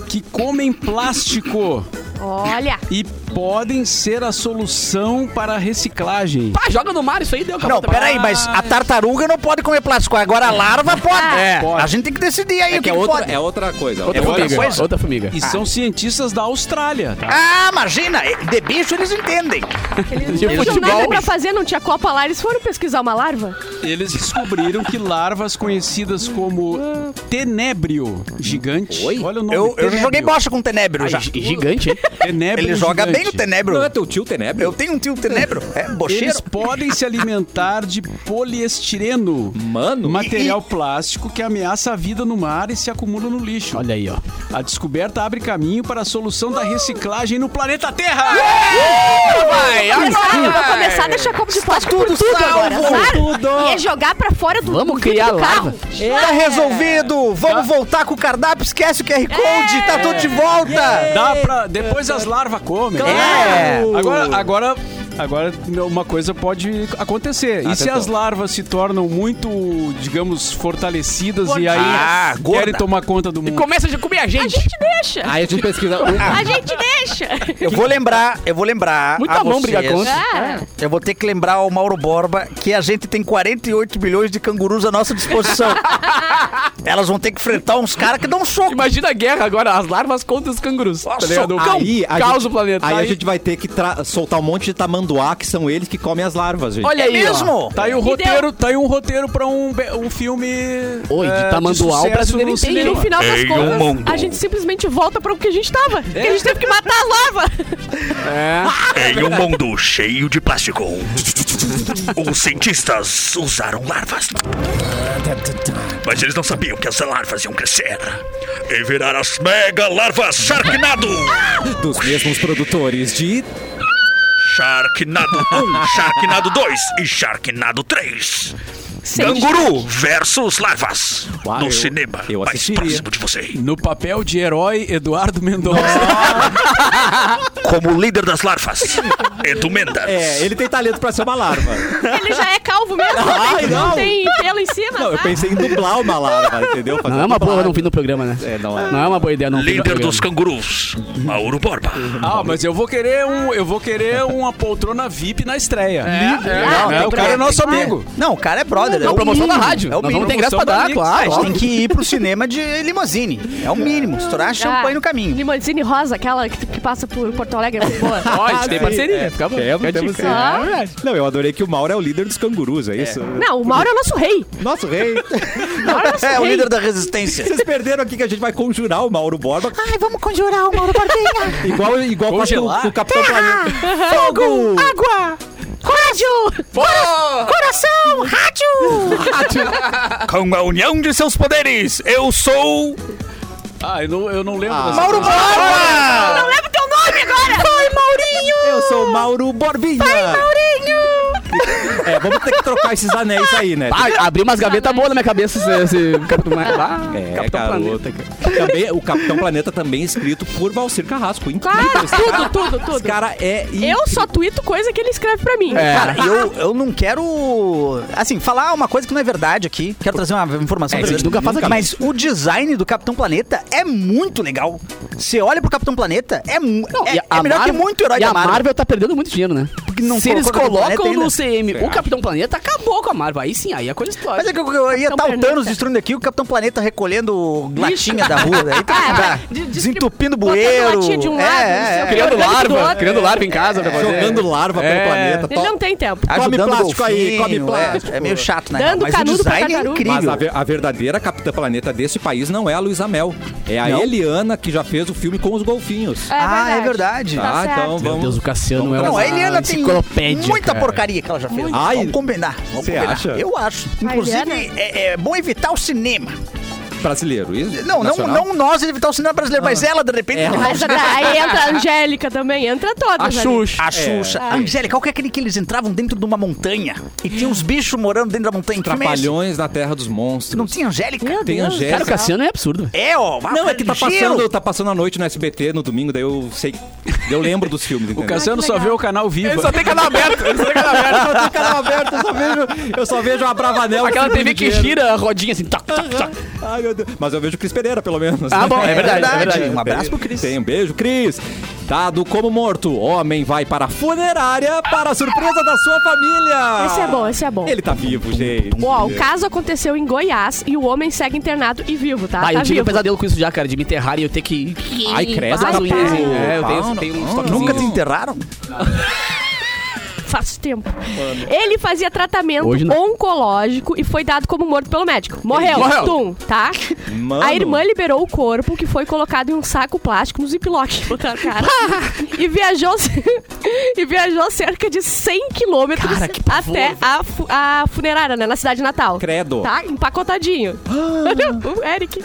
que comem plástico
Olha.
e podem ser a solução para a reciclagem.
Pá, joga no mar, isso aí deu
Não,
acabou também.
peraí, mas a tartaruga não pode comer plástico, agora a larva pode. É, A gente tem que decidir aí o
Que
que,
é
que
outra,
pode.
é outra coisa.
Outra
é outra
formiga.
coisa.
Outra formiga.
E são cientistas da Austrália, tá?
Ah, imagina, é- de bicho eles entendem.
Eles
De
não tinham
futebol.
nada pra fazer, não tinha Copa lá. Eles foram pesquisar uma larva?
Eles descobriram que larvas conhecidas como tenébrio gigante.
Oi?
Olha o nome.
Eu, eu já
tenébrio.
joguei bocha com tenebro já.
E Gigante, hein?
é
Tenébrio
Ele joga
gigante.
bem o tenebro.
Não é teu tio Tenebro?
Eu tenho um tio tenebro, é bocheiro.
Eles podem se alimentar de poliestireno,
Mano,
material plástico que ameaça a vida no mar e se acumula no lixo.
Olha aí, ó.
A descoberta abre caminho para a solução da reciclagem no planeta Terra.
Vai,
Eles
vai.
vão começar a deixar copo de plástico por tudo
salvo.
agora, sabe? E é jogar pra fora do
Vamos
do vidro
criar
do carro.
Tá resolvido! Vamos voltar com o cardápio, esquece o QR Code, tá tudo de volta!
Dá pra. Depois as larvas comem.
É.
Agora, agora, agora uma coisa pode acontecer. e se
Atenção.
as larvas se tornam muito, digamos, fortalecidas e aí
Ah,
querem
gorda.
tomar conta do
E
mundo?
começa a comer a
A
gente.
gente deixa.
aí a gente pesquisa.
um.
A gente deixa.
Eu vou lembrar, eu vou lembrar.
Muito
a
bom
vocês,
brigar contra.
Ah,
Eu vou ter que lembrar ao Mauro Borba que a gente tem 48 milhões de cangurus à nossa disposição. Elas vão ter que enfrentar uns caras que dão um soco.
Imagina a guerra agora, as larvas contra os cangurus. Tá ligado? O cão
aí, a
causa
gente,
o planeta.
Aí, a gente vai ter que tra- soltar um monte de tamanduá, que são eles que comem as larvas, gente.
Olha
É
aí, ó.
mesmo?
Tá aí o
deu.
roteiro, tá aí um roteiro pra um, be- um filme. é,
Oi, de tamanduá, o
sucesso
brasileiro
no
entende.
e
cinema.
no final das contas, a gente simplesmente volta pra o que a gente tava. Que a gente teve que matar a larva.
Em um mundo cheio de plástico, os cientistas usaram larvas. Mas eles não sabiam que as larvas iam crescer e virar as mega larvas Sharknado!
Dos mesmos produtores de.
Sharknado 1, Sharknado 2 e Sharknado 3. Canguru versus larvas.
Uau,
no
eu-
cinema
eu
mais
assistiria.
próximo de você.
No papel de herói, Eduardo Mendonça.
Como líder das larvas, Edu Mendes.
É, ele tem talento pra ser uma larva.
Ele já é calvo mesmo.
Ai,
né? não.
não.
tem pelo em cima. tá?
Não, eu
sabe?
pensei em dublar uma larva, entendeu? Fazer
Não é uma boa
dublagem.
não vir no programa, né?
É, não
tá.
é.
Não é uma boa ideia não vir no
Líder
programa.
dos cangurus, Mauro Borba.
Uhum.
Ah, mas eu vou querer um, eu vou querer uma poltrona VIP na estreia.
Ah,
legal,
Né?
tem
O
que
cara é
ter,
nosso
tem que ter.
amigo.
Não, o cara é brother.
Não,
é o
promoção da
mínimo.
rádio.
É o
Nós vamos
mínimo.
ter ingresso pra
Promoção
dar,
da Mix.
Ah, a
claro.
gente tem que ir pro cinema de limousine. É o mínimo.
Ah.
Estourar champanhe no caminho.
Limousine rosa, aquela que, que passa por Porto Alegre. é muito Boa.
Ó, a gente tem
Sim,
parceria.
é.
Fica bom.
Temos,
Fica a
temos
dica.
sim.
Ah.
É verdade. Não, eu adorei que o Mauro é o líder dos cangurus, é isso?
Não, o Mauro é o nosso rei.
Nosso rei.
O Mauro é o nosso
É o
rei.
líder da resistência.
Vocês perderam aqui que a gente vai conjurar o Mauro Borba
Ai, vamos conjurar o Mauro Borbinha.
igual, igual com a-
Congelar?
com o Capitão Planeta.
Fogo, água, rádio, coração, rádio.
Com a união de seus poderes, eu sou
Ah, eu não, eu não lembro. dessa
Mauro
coisa.
Borba!
Não leva teu nome agora. Vai, Maurinho.
Eu sou o Mauro Borbinha. É, vamos ter que trocar esses anéis aí, né?
Ah, abriu umas gavetas boas na minha cabeça esse, esse Capitão Ah,
É,
Capitão Planeta.
garota, cara. Também, o Capitão Planeta também é escrito por Valcir Carrasco. Incrível.
Claro,
esse
tudo,
cara-
tudo, tudo.
Esse cara é...
Eu só tuito coisa que ele escreve pra mim.
É.
Cara, eu, eu não quero, assim, falar uma coisa que não é verdade aqui. Quero trazer uma informação.
É, isso a gente nunca
verdade.
faz aqui.
Mas o design do Capitão Planeta é muito legal. Você olha pro Capitão Planeta, é, mu-
Não,
é,
e
é melhor que muito herói
e
da
a
Marvel.
Marvel tá perdendo muito dinheiro, né?
que não
Se eles
colocou Capitão
colocam
Planeta
no
ainda.
CM o Capitão Planeta, acabou com a Marvel. Aí sim, aí a coisa explode.
Mas é que eu, eu ia
Capitão
estar o Thanos
Planeta.
destruindo aqui, o Capitão Planeta recolhendo latinha da rua. Daí tem que
É,
dar.
de- diz que
Desentupindo
botando
bueiro.
latinha de um
É,
lado,
é,
não sei o
é.
quê.
Criando
Orgânico do
larva,
outro.
É.
criando larva em casa
tá
pra fazer.
Jogando larva
É.
pelo planeta.
Ele
To-
não tem tempo.
Come
Ajudando o
plástico aí,
golfinho,
come plástico.
É, é meio chato, né?
Dando
Mas o
canudo pra
design é
tartaruga.
Mas
incrível.
a, ver- a verdadeira Capitã Planeta desse país não é a Luísa Mel. É a Eliana que já fez o filme com os golfinhos.
Ah, é verdade.
Tá
Ah,
certo.
então
Meu
vamos.
o Cassiano
Vamos
é
pra-
Não,
uma
a Eliana tem
enciclopédia,
muita
cara.
porcaia que ela já fez.
Ai,
vamos combinar. Vamos
cê
combinar.
acha?
Eu acho. Inclusive,
Eliana?
é, é bom evitar o cinema.
Brasileiro. Isso?
Não, não,
Nacional? Ah.
não nós evitar o cinema brasileiro, mas ela, de repente,
Ela.
Mas é. a- aí entra a Angélica também, entra todas.
A
ali.
Xuxa.
A Xuxa. A Angélica, qual que é aquele que eles entravam dentro de uma montanha? E tinha uns bichos morando dentro da montanha. Que filme é esse?
Trapalhões na Terra dos Monstros.
Não tinha Angélica?
Meu
Tem
Deus.
Angélica.
Cara, o Cassiano é absurdo.
É, ó. vai-
Não, é que tá
giro.
passando, tá passando a noite no SBT no domingo, daí eu sei. Eu lembro dos filmes,
O
entendeu?
Cassiano
Ai, que
só vê
legal.
o canal vivo.
Ele só tem canal aberto, ele só tem canal aberto.
Eu tô canal aberto, eu só vejo, eu só vejo a Bravanel.
Aquela
assim,
TV
pedindo
que
dinheiro.
gira a rodinha assim, toc, toc, toc.
Ai, meu Deus. Mas eu vejo o Cris Pereira, pelo menos. né?
Ah, bom, é verdade, é
verdade.
verdade.
Um abraço pro
Cris. Tem um beijo, Cris. Dado como morto, homem vai para a funerária para a surpresa da sua família.
Esse é bom, esse é bom.
Ele tá vivo, gente.
Ó, o caso aconteceu em Goiás e o homem segue internado e vivo, tá?
Ah,
tá
eu tive um
vivo.
pesadelo com isso já, cara, de me enterrar e eu ter que.
Ai, credo,
Passar
tá
um unhazinho.
bom.
É, eu tenho, tenho um toquezinho.
Nunca te enterraram?
Faz tempo. Ele fazia tratamento
Hoje não.
oncológico e foi dado como morto pelo médico. Morreu.
Morreu.
Tum, tá?
Mano.
A irmã liberou o corpo, que foi colocado em um saco plástico no ziplock. Botaram a cara. e viajou e viajou cerca de 100 quilômetros até a, fu- a funerária, né? Na cidade natal.
Credo.
Tá? Empacotadinho. o Eric.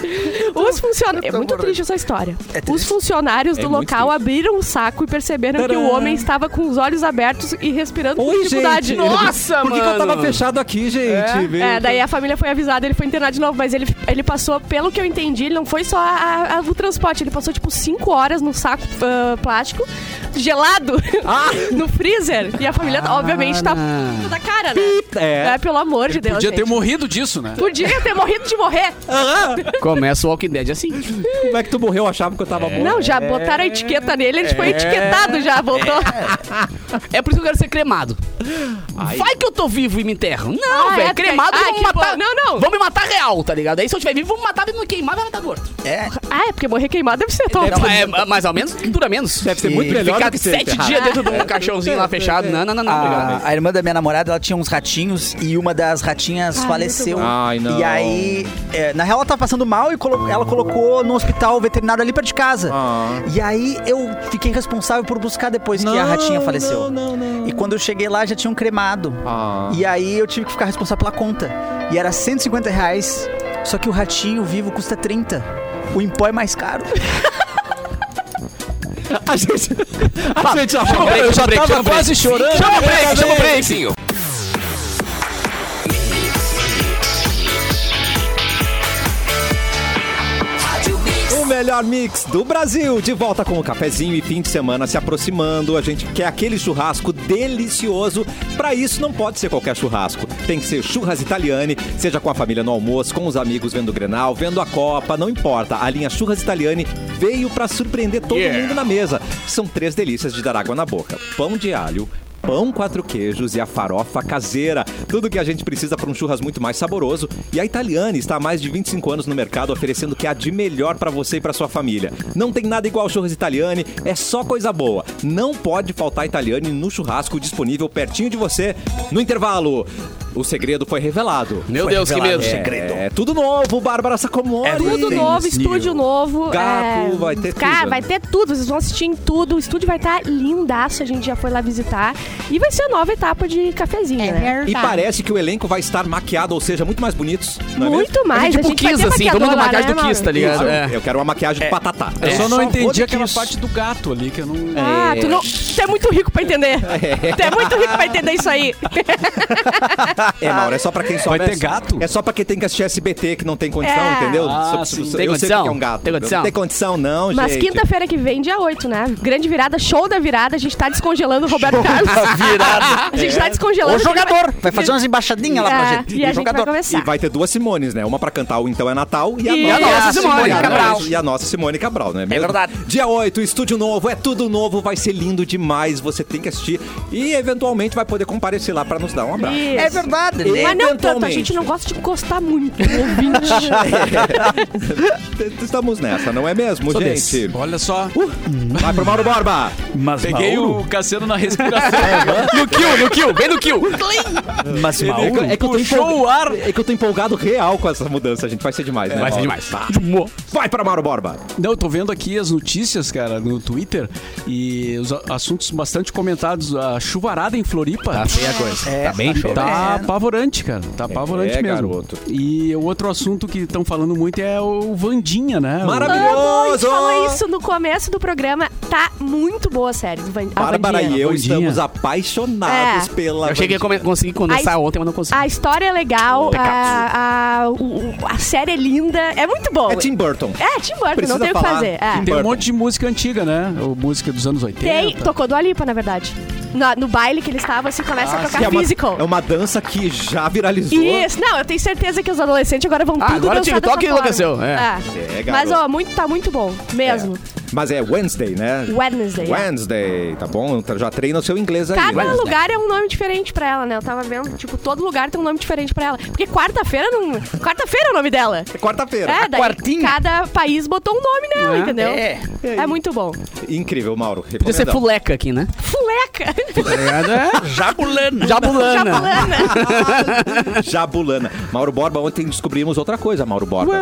Os funcionários... É muito triste essa história. Os funcionários do
muito
local
triste.
abriram o saco e perceberam que o
Tcharam.
homem estava com os olhos abertos e respirando com
Oi,
dificuldade.
gente.
Nossa,
Por que, que eu
mano.
tava fechado aqui, gente?
É, daí a família foi avisada, ele foi internado de novo, mas ele, ele passou, pelo que eu entendi, ele não foi só a- a- o transporte, ele passou tipo 5 horas num saco ah, plástico, gelado, no freezer. E a família, obviamente, tá puta da cara, né?
É.
É, pelo amor de Deus.
Podia ter
gente.
morrido disso, né?
Podia ter morrido de morrer.
Começa o Walking Dead assim.
Como é que tu morreu? Eu achava que eu tava morto.
Não, já botaram a etiqueta nele, ele
É.
foi etiquetado já, voltou.
É por isso que eu quero ser cremado. Vai que eu tô vivo e me enterram. Não,
Ah,
velho.
é,
cremado
ah,
vão
que
matar.
bom. Não, não.
Vão me matar real, tá ligado? Aí se eu estiver vivo, vão me matar, vão me queimar, vai matar gordo.
É.
Ah, é porque morrer queimado deve ser top.
Não, é, mais ou menos, dura menos.
Deve ser muito melhor
Ficar
do que ser
sete
enterrado. Ah,
dias dentro de um caixãozinho lá fechado. Não, não, não, não.
Tá
obrigado.
A, a irmã da minha namorada, ela tinha uns ratinhos e uma das ratinhas faleceu.
muito bom. Ai, não.
E aí, é, na real, ela tava passando mal e colo- ela colocou no hospital veterinário ali perto de casa.
Ah.
E aí eu fiquei responsável por buscar depois que a ratinha faleceu.
Não, não, não.
E quando eu cheguei lá, já tinham cremado.
Ah.
E aí eu tive que ficar responsável pela conta. E era 150 reais, só que o ratinho vivo custa 30. O impó é mais caro.
A gente, a gente já
Chama o break,
Eu já
chama o break, chama
tava
o break.
quase chorando.
Chama o break, chama o break.
O melhor mix do Brasil. De volta com o cafezinho e fim de semana se aproximando. A gente quer aquele churrasco delicioso. Para isso, não pode ser qualquer churrasco. Tem que ser churras italiane, seja com a família no almoço, com os amigos vendo o Grenal, vendo a Copa, não importa. A linha Churras Italiane veio para surpreender todo mundo na mesa. São três delícias de dar água na boca. Pão de alho, pão quatro queijos e a farofa caseira. Tudo que a gente precisa para um churras muito mais saboroso. E a Italiane está há mais de 25 anos no mercado oferecendo o que há de melhor para você e para sua família. Não tem nada igual ao churras Italiane, é só coisa boa. Não pode faltar Italiane no churrasco disponível pertinho de você no intervalo. O segredo foi revelado.
Meu Deus, que medo.
É tudo novo, Bárbara Sacomori.
É Tudo novo, estúdio novo.
é Gato,
é,
vai ter
cara,
tudo,
vai
né?
ter tudo. Vocês vão assistir em tudo. O estúdio vai estar lindaço. A gente já foi lá visitar. E vai ser a nova etapa de cafezinho,
É,
né?
E parece que o elenco vai estar maquiado, ou seja, muito mais bonitos. Não é mesmo?
Muito mais.
É tipo
a gente vai
Kiss,
ter
assim, todo
maquiador
mundo
lá,
maquiagem
né,
do Kiss,
Mauro?
tá ligado?
Isso,
É.
Eu quero uma maquiagem do patatá.
Eu só não
só vou de
entendi aquela
quis.
parte do gato ali, que eu não...
é Ah, tu, não, tu é muito rico pra entender. Tu é muito rico pra entender isso aí.
É, Mauro, é só pra quem só
Vai ter
é-
gato?
É só pra quem tem que assistir SBT, que não tem condição,
É.
entendeu?
Ah,
Eu sei-
sim.
Tem
eu sei o
condição?
que é um gato.
Tem condição?
Não tem condição, não,
Mas
gente.
quinta-feira que vem, dia 8, né? Grande virada, show da virada. A gente tá descongelando o Roberto Carlos. A gente tá descongelando.
O É. jogador vai fazer umas embaixadinhas lá pra
É,
gente.
E a gente vai
E
começar.
vai ter duas Simones, né? Uma pra cantar o Então é Natal e a,
E
nossa,
a nossa
Simone
e a
Cabral.
nossa- E a nossa Simone Cabral, né? É
verdade.
Dia 8, estúdio novo, é tudo novo, vai ser lindo demais, você tem que assistir e eventualmente vai poder comparecer lá pra nos dar um abraço.
Isso.
É verdade, né?
Mas não tanto, a
Eventualmente.
gente não gosta de encostar muito no ouvinte.
Estamos nessa, não é mesmo,
Sou
gente?
Olha só.
Vai pro Mauro Borba.
Mas
Peguei
Mauro,
o Cassiano na respiração.
No kill, no kill, bem no kill.
Mas Mauro,
É que, eu tô
Puxou
empolga-
o ar.
é que eu tô empolgado real com essa mudança, gente. Vai ser demais, né?
Vai ser
Mauro?
demais.
Tá.
Mo-
Vai pra Mauro Borba.
Não, eu tô vendo aqui as notícias, cara, no Twitter e os a- assuntos bastante comentados. A chuvarada em Floripa.
Tá feia a coisa. tá bem feia.
Tá apavorante, cara. Tá apavorante
é,
mesmo.
garoto.
E o outro assunto que estão falando muito é o Vandinha, né?
Maravilhoso.
Amo, a gente
Maravilhoso!
falou isso no começo do programa. Tá muito boa a série. do Van- a
Bárbara
Vandinha.
e eu
Bandinha.
estamos apaixonados
É.
pela.
Eu cheguei a come- conseguir condensar
Ai,
ontem, mas não consegui.
A história é legal, a, a, o- o- a série é linda, é muito boa.
É Tim Burton.
É, Tim Burton,
Precisa
não tem o que
falar.
fazer. é.
Tim
Tem um
Burton.
monte de música antiga, né? Ou música dos anos 80.
Tem, tocou do Alipa, na verdade. Na- no baile que ele estava, se começa a
Que é
tocar
uma,
physical.
é uma dança que já viralizou.
Isso, não, eu tenho certeza que os adolescentes agora vão
Ah,
tudo
agora o
dançar
TikTok
dessa forma.
enlouqueceu, é.
É.
É, garoto.
Mas, ó, muito, tá muito bom, mesmo.
Mas é Wednesday, né?
Wednesday. é.
Wednesday, tá bom? Já treina o seu inglês aí.
Cada
Wednesday.
lugar é um nome diferente pra ela, né? Eu tava vendo, tipo, todo lugar tem um nome diferente pra ela. Porque quarta-feira não. Quarta-feira é o nome dela.
É quarta-feira.
É, daí
quartinha?
cada país botou um nome nela,
É.
entendeu?
É.
É muito bom.
Incrível, Mauro.
Podia ser
Recomendamos.
fuleca aqui, né?
Fuleca!
Jabulana. Jabulana.
Jabulana.
Jabulana. Mauro Borba, ontem descobrimos outra coisa, Mauro Borba.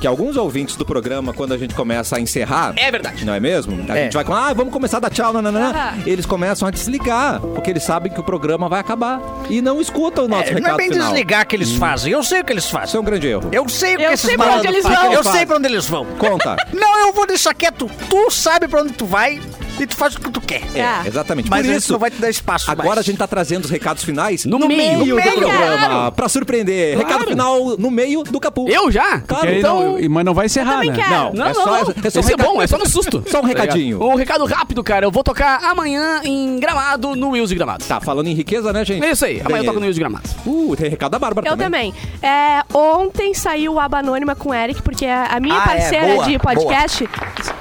Que alguns ouvintes do programa, quando a gente começa a encerrar. É verdade. Não é mesmo? A gente vai com. Ah, vamos começar a dar tchau, nananã.
Aham.
Eles começam a desligar, porque eles sabem que o programa vai acabar. E não escutam o nosso
É, não
recado
é bem
final. Hum.
desligar que eles fazem. Eu sei o que eles
Isso
fazem.
é um grande erro.
Eu sei o que
Eu
esses
sei pra onde
malandros
eles
fazem.
vão.
Eu sei pra onde eles vão.
Conta.
Não, eu vou deixar quieto. Tu sabe pra onde tu vai e tu faz o que tu quer.
É, exatamente.
Mas
Por
isso
isso,
não vai te dar espaço
agora
mais.
a gente tá trazendo os recados finais
No meio.
do
No meio,
programa.
claro.
Pra surpreender. Recado final no meio do capu.
Eu já?
Claro,
Que aí
então.
não- mas não vai encerrar,
também
né?
quero.
Não,
Não,
é
não,
só,
não.
É só um
Esse é
recado-
bom, é só no susto.
Só um recadinho.
Um recado rápido, cara. Eu vou tocar amanhã em Gramado, no Wills de Gramado.
Tá falando em riqueza, né, gente?
É isso aí. Amanhã eu toco no Wills de Gramado.
Uh, tem recado da Bárbara
Eu
também.
também. É, ontem saiu a Aba Anônima com o Eric, porque a a minha
Ah, é,
parceira
boa,
de podcast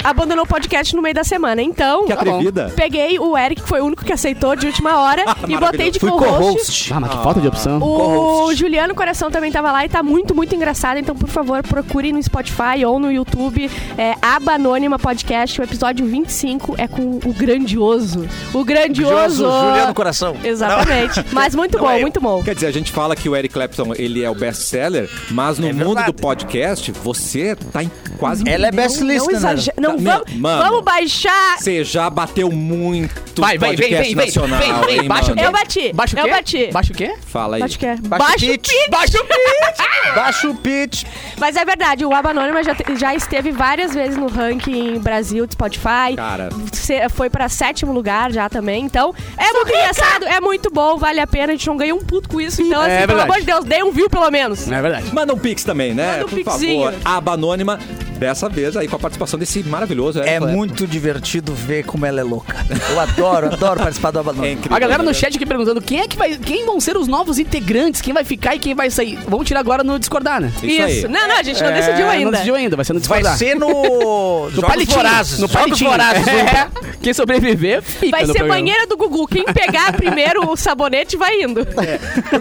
abandonou o podcast no meio da semana. Então,
Que atrevida.
peguei o Eric, que foi o único que aceitou de última hora,
Ah,
e botei de
Fui
co-host.
Ah, mas que falta de opção.
O Juliano Coração também tava lá e tá muito, muito engraçado. Então, por favor, procurem no Spotify ou no YouTube. É Aba Anônima Podcast. O episódio 25 é com o grandioso. O grandioso.
Ah, Juliano Coração.
Exatamente. Mas muito bom,
é eu.
muito bom.
Quer dizer, a gente fala que o Eric Clapton, ele é o best-seller, mas
É
no mundo
verdade.
do podcast, você tá em quase...
Ela é best
Não
listener.
exagera.
Tá,
Não,
Não, vamos,
mano.
vamos baixar.
Você já bateu muito
Vai, vai, vem,
podcast
vem, vem.
nacional,
Vem, vem,
hein,
baixa o
mano?
quê?
Eu bati.
Baixa o
Eu
quê?
bati.
Baixa o quê?
Fala aí.
Acho que é.
Baixa o
Baixo
pitch.
pitch.
Baixa o pitch.
Baixa o pitch.
Mas é verdade, o Aba Anônima já, te- já esteve várias vezes no ranking Brasil do Spotify.
Cara.
Cê- foi pra sétimo lugar já também. Então, é muito engraçado, é muito bom, vale a pena. A gente não ganhou um puto com isso. Então,
É
assim, pelo
verdade.
amor de Deus, dê um view pelo menos.
Não é verdade.
Manda um pix também, né?
Manda um
Por
pixinho.
favor. Aba anônima, dessa vez aí com a participação desse maravilhoso.
É
Eric Clapton.
muito divertido ver como ela é louca. Eu adoro, adoro participar do Abalão.
É incrível.
A galera no chat aqui perguntando quem é que vai. Quem vão ser os novos integrantes, quem vai ficar e quem vai sair. Vamos tirar agora no discordar, né?
Isso aí.
Não, não, a gente não
É,
decidiu ainda.
Não decidiu ainda, vai ser no
Vai
discordar.
ser no...
no palitinho.
Vorazes.
No
Jogos
palitinho.
Vorazes.
É. Quem sobreviver, fica
Vai
no
ser
programa.
banheira do Gugu. Quem pegar primeiro o sabonete vai indo.
Por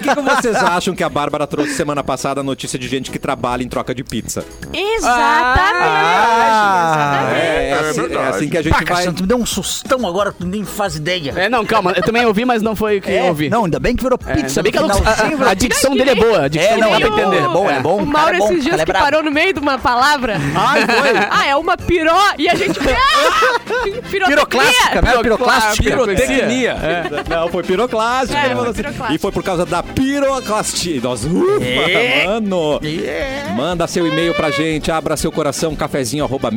que, que vocês acham que a Bárbara trouxe semana passada a notícia de gente que trabalha em troca de pizza?
Ah,
Exatamente.
Ah,
É, é assim, é assim que a gente
Paca,
vai.
Santo, me deu um sustão agora, tu nem faz ideia.
É, não, calma. Eu também ouvi, mas não foi o que eu ouvi.
É, Não, ainda bem que virou
É,
pizza.
sabia que
no
ela- a,
finalzinho,
a,
virou
a dicção
Que
dele é
nem-
boa. A
É,
dicção
não,
dele
dá pra
o-
entender. É bom, ele é bom. cara
O Mauro
é bom,
esses dias
cara é
que
brabo.
parou no meio de uma palavra.
Ai, foi!
Ah, é uma piró e a gente. pirotecnia.
Piroclástica, né? Piroclástica.
Pirotecnia. É.
Não, foi piroclástico.
É,
ele falou
foi
assim.
piroclástico.
E foi por causa da
É.
piroclastia. Nós, ufa, mano! Manda seu e-mail pra gente, abra seu Redação cafezinho arroba